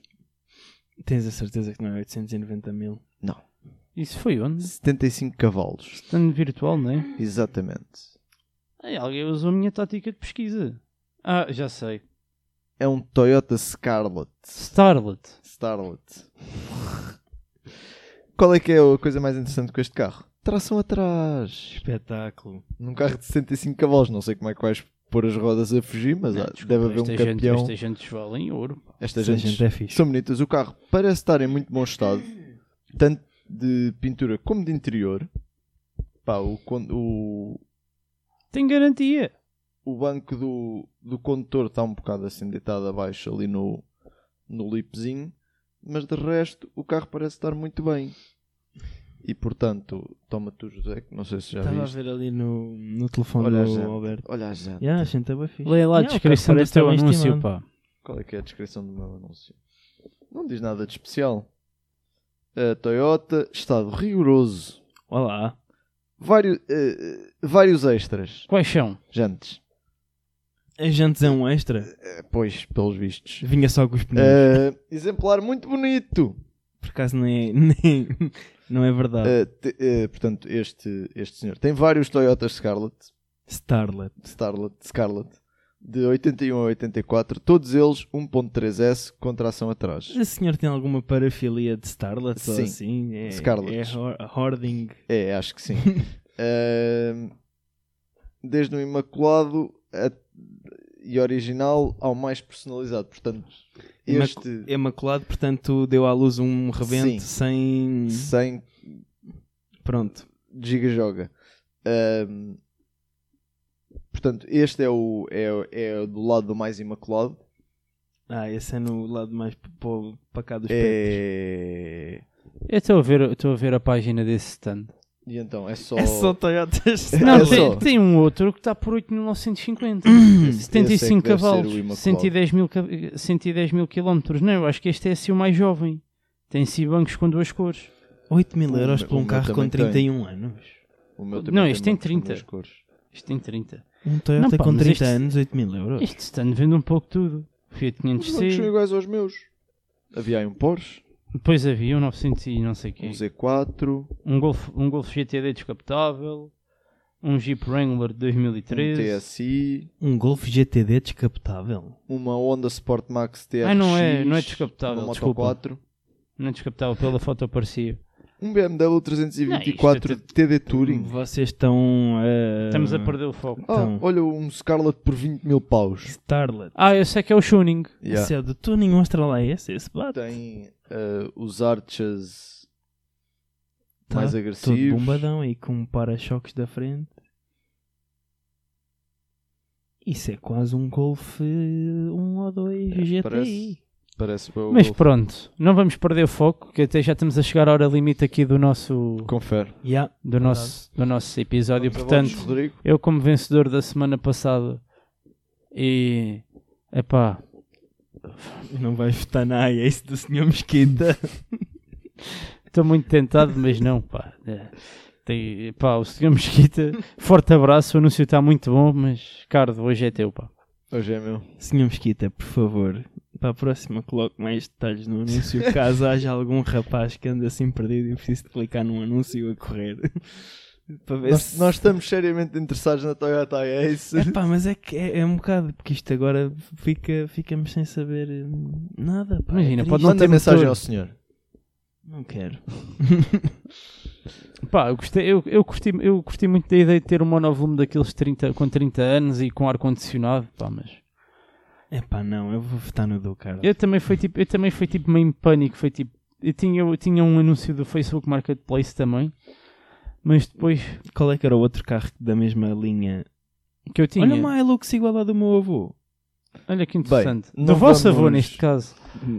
Speaker 3: Tens a certeza que não é 890 mil?
Speaker 2: Não,
Speaker 1: Isso foi onde?
Speaker 2: 75 cavalos.
Speaker 1: Stand virtual, não é?
Speaker 2: Exatamente.
Speaker 1: Ai, alguém usou a minha tática de pesquisa. Ah, já sei.
Speaker 2: É um Toyota Scarlet.
Speaker 1: Starlet.
Speaker 2: Starlet. <laughs> Qual é que é a coisa mais interessante com este carro? Tração atrás.
Speaker 3: Espetáculo.
Speaker 2: Num carro de 65 cavalos, não sei como é que vais pôr as rodas a fugir, mas
Speaker 1: Não,
Speaker 2: há-
Speaker 1: desculpa,
Speaker 2: deve haver um
Speaker 1: esta gente, é
Speaker 2: campeão.
Speaker 1: Esta gente vale em ouro. pá.
Speaker 2: Esta
Speaker 3: Essa
Speaker 2: gente,
Speaker 3: gente é fixe.
Speaker 2: são bonitas. O carro parece estar em muito bom estado, tanto de pintura como de interior. Pá, o, con- o,
Speaker 1: Tem garantia.
Speaker 2: o banco do, do condutor está um bocado assim deitado abaixo ali no, no lipezinho, mas de resto o carro parece estar muito bem. E portanto, toma tu, José, que não sei se já
Speaker 3: Estava a
Speaker 2: viste.
Speaker 3: ver ali no, no telefone
Speaker 2: Olha a
Speaker 3: do
Speaker 2: gente.
Speaker 3: Alberto.
Speaker 2: Olha a gente.
Speaker 3: Yeah, a gente é bem fixe.
Speaker 1: Leia lá a
Speaker 3: Yeah, o
Speaker 1: descrição
Speaker 3: carro
Speaker 1: do
Speaker 3: parece estar
Speaker 1: teu
Speaker 3: bem
Speaker 1: anúncio,
Speaker 3: estimado.
Speaker 1: pá.
Speaker 2: Qual é que é a descrição do meu anúncio? Não diz nada de especial. A Toyota, estado rigoroso.
Speaker 3: Olá.
Speaker 2: Vários, eh, eh, vários extras.
Speaker 1: Quais são?
Speaker 2: Jantes.
Speaker 3: A gente é um extra.
Speaker 2: Eh, pois, pelos vistos.
Speaker 3: Vinha só com os pneus.
Speaker 2: Eh, exemplar muito bonito.
Speaker 3: Por acaso nem, é, <laughs> nem não é verdade.
Speaker 2: Eh, te- eh, portanto, este, este senhor tem vários Toyotas Scarlet.
Speaker 3: Starlet.
Speaker 2: Starlet, Scarlet. De 81 a 84. Todos eles 1.3S com tração atrás.
Speaker 3: Mas o senhor tem alguma parafilia de Starlet ou
Speaker 2: Sim.
Speaker 3: assim? É,
Speaker 2: Scarlets.
Speaker 3: É hor- hoarding.
Speaker 2: É, acho <laughs> que sim. Ahm, desde o Imaculado a- e original ao mais personalizado. Portanto,
Speaker 3: Imacu-
Speaker 2: este
Speaker 3: É maculado, portanto deu à luz um rebento
Speaker 2: é-
Speaker 3: sem.
Speaker 2: 100
Speaker 3: Pronto.
Speaker 2: giga joga. Ahm, portanto, este é o, é, o- é o do lado do mais Imaculado.
Speaker 3: Ah, esse é no lado mais p- pô- para cá dos peitos.
Speaker 2: É...
Speaker 1: Eu estou a, ver- estou a ver a página desse stand.
Speaker 2: E então, é só.
Speaker 3: É só
Speaker 2: <laughs>
Speaker 3: Toyotas.
Speaker 2: É
Speaker 1: Não,
Speaker 2: só-
Speaker 1: tem, tem um outro que está por 8.950.
Speaker 2: Esse- esse é que
Speaker 1: 75
Speaker 2: deve ser o
Speaker 1: cavalos,
Speaker 2: Imaculado.
Speaker 1: 110 mil, ca- 110 mil quilómetros. Não, eu acho que este é assim o mais jovem. Tem si bancos com duas cores.
Speaker 3: 8 mil
Speaker 2: O
Speaker 3: euros
Speaker 2: meu-
Speaker 3: por
Speaker 2: o
Speaker 3: um
Speaker 2: meu
Speaker 3: carro com
Speaker 2: também tem.
Speaker 3: 31 anos.
Speaker 2: O meu
Speaker 1: Não,
Speaker 2: também
Speaker 1: este tem
Speaker 2: marcas com
Speaker 1: 30.
Speaker 2: duas cores.
Speaker 1: Isto tem 30.
Speaker 3: Um Toyota
Speaker 1: Não, pá,
Speaker 3: com
Speaker 1: mas
Speaker 3: 30
Speaker 1: este-
Speaker 3: anos, 8 mil euros.
Speaker 1: Este stand vende um pouco tudo. Fiat
Speaker 2: Os bancos são
Speaker 1: 500C,
Speaker 2: iguais aos meus. Havia aí um Porsche,
Speaker 1: depois havia um 900 e não sei o
Speaker 2: um
Speaker 1: quê.
Speaker 2: Z4,
Speaker 1: Um Golf, um Golf GTD descapotável, um Jeep Wrangler de
Speaker 2: um
Speaker 1: 2013.
Speaker 2: TSI.
Speaker 3: Um Golf GTD descapotável.
Speaker 2: uma Honda Sport Max TRX,
Speaker 1: Ah, não é- não é descapotável,
Speaker 2: uma Moto
Speaker 1: desculpa.
Speaker 2: 4,
Speaker 1: Não descapotável, pela foto parecia.
Speaker 2: um BMW
Speaker 1: Não,
Speaker 2: 324
Speaker 1: isto é
Speaker 2: TD Touring.
Speaker 3: Vocês estão. eh,
Speaker 1: Estamos a perder o foco.
Speaker 2: Ah,
Speaker 3: Então.
Speaker 2: olha um Scarlet por 20 mil paus.
Speaker 3: Starlet.
Speaker 1: Ah, eu sei que é o Shuning.
Speaker 2: Yeah.
Speaker 3: Esse é do Tuning Mostra lá esse, esse bate.
Speaker 2: Tem eh, os Archers
Speaker 3: Tá
Speaker 2: mais
Speaker 3: Todo
Speaker 2: agressivos.
Speaker 3: bombadão e com um para-choques da frente. Isso é quase um Golf 1 ou 2
Speaker 2: É,
Speaker 3: GTI.
Speaker 2: parece- Parece para o
Speaker 1: Mas pronto, não vamos perder o foco, que até já estamos a chegar à hora limite aqui do nosso,
Speaker 2: Confere.
Speaker 3: Yeah.
Speaker 1: do nosso, do nosso episódio.
Speaker 2: Vamos a
Speaker 1: Portanto,
Speaker 2: votos, Rodrigo.
Speaker 1: eu como vencedor da semana passada e epá,
Speaker 3: Não vais votar na AIA, isso do senhor Mesquita.
Speaker 1: estou muito tentado, mas não, pá. É, tem, epá, o Sr. Mesquita, forte abraço, o anúncio está muito bom, mas Cardo, hoje é teu, pá.
Speaker 2: Hoje é meu.
Speaker 3: <laughs> senhor Mesquita, por favor, para a próxima coloque mais detalhes no anúncio, caso haja algum rapaz que ande assim perdido e precise de clicar num anúncio a correr. <laughs> para ver
Speaker 2: Nós,
Speaker 3: se...
Speaker 2: nós estamos seriamente interessados na Toyota, é isso?
Speaker 3: Epá, mas é que é, é um bocado, porque isto agora fica, ficamos sem saber hum, nada. Pá,
Speaker 1: Imagina,
Speaker 3: é
Speaker 1: pode
Speaker 3: triste.
Speaker 1: não
Speaker 2: Manda
Speaker 1: ter
Speaker 2: mensagem
Speaker 1: motor.
Speaker 2: ao senhor.
Speaker 3: Não quero.
Speaker 1: Pá, eu, gostei, eu, eu, curti, eu curti muito da ideia de ter um monovolume daqueles 30, com 30 anos e com ar-condicionado, pá, mas...
Speaker 3: Epá, não, eu vou votar no Ducado.
Speaker 1: Eu também fui tipo, eu também fui tipo meio em pânico, foi tipo, eu tinha, eu tinha um anúncio do Facebook Marketplace também, mas depois
Speaker 3: Qual é que era o outro carro da mesma linha?
Speaker 1: que eu tinha,
Speaker 3: Olha
Speaker 1: olha,
Speaker 3: uma Hilux igual à do meu avô.
Speaker 1: que interessante,
Speaker 2: Bem,
Speaker 1: do
Speaker 2: não
Speaker 1: vosso
Speaker 2: vamos-
Speaker 1: avô neste caso.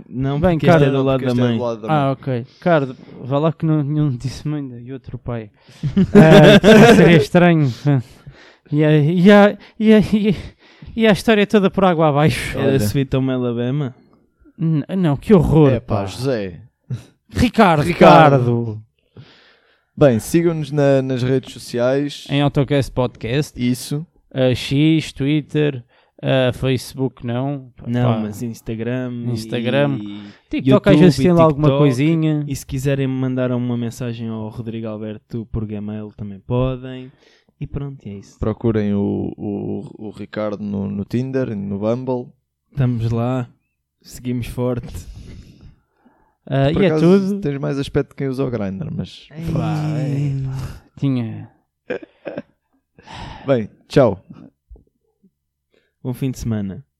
Speaker 3: Não,
Speaker 1: Bem,
Speaker 3: porque
Speaker 1: cara,
Speaker 3: este é do
Speaker 2: Não,
Speaker 3: lado
Speaker 2: porque
Speaker 3: da
Speaker 2: este é
Speaker 3: mãe.
Speaker 2: do lado da mãe.
Speaker 1: Ah, ok. Cardo, vá lá que não, nenhum disse mãe e outro pai.
Speaker 2: <laughs>
Speaker 1: Ah, seria estranho. <laughs> E a, e, a, e, a, e a- e a história toda por água abaixo.
Speaker 3: Era
Speaker 2: Olha.
Speaker 3: Sweet Home Alabama?
Speaker 1: N- Não, que horror.
Speaker 2: É pá,
Speaker 1: pá.
Speaker 2: José.
Speaker 1: Ricardo, Ah, Ricardo.
Speaker 2: Ricardo. Bem, sigam-nos na- nas redes sociais.
Speaker 1: Em Autocast Podcast.
Speaker 2: Isso.
Speaker 1: Uh, X, Twitter, uh, Facebook não. Pá,
Speaker 3: Não,
Speaker 1: pá.
Speaker 3: mas Instagram.
Speaker 1: Instagram.
Speaker 3: E...
Speaker 1: TikTok às
Speaker 3: YouTube
Speaker 1: vezes
Speaker 3: e
Speaker 1: tem lá alguma
Speaker 3: TikTok.
Speaker 1: coisinha.
Speaker 3: E se quiserem me mandar uma mensagem ao Rodrigo Alberto por Gmail também podem. E pronto, é isso.
Speaker 2: Procurem o, o, o Ricardo no, no Tinder, no Bumble.
Speaker 3: Estamos lá, seguimos forte.
Speaker 1: Uh,
Speaker 2: Por
Speaker 1: e é
Speaker 2: acaso,
Speaker 1: tudo.
Speaker 2: Tens mais aspecto de quem usa o Grindr, mas.
Speaker 1: Pá, é, pá. Tinha.
Speaker 2: Bem, tchau.
Speaker 3: Bom fim de semana.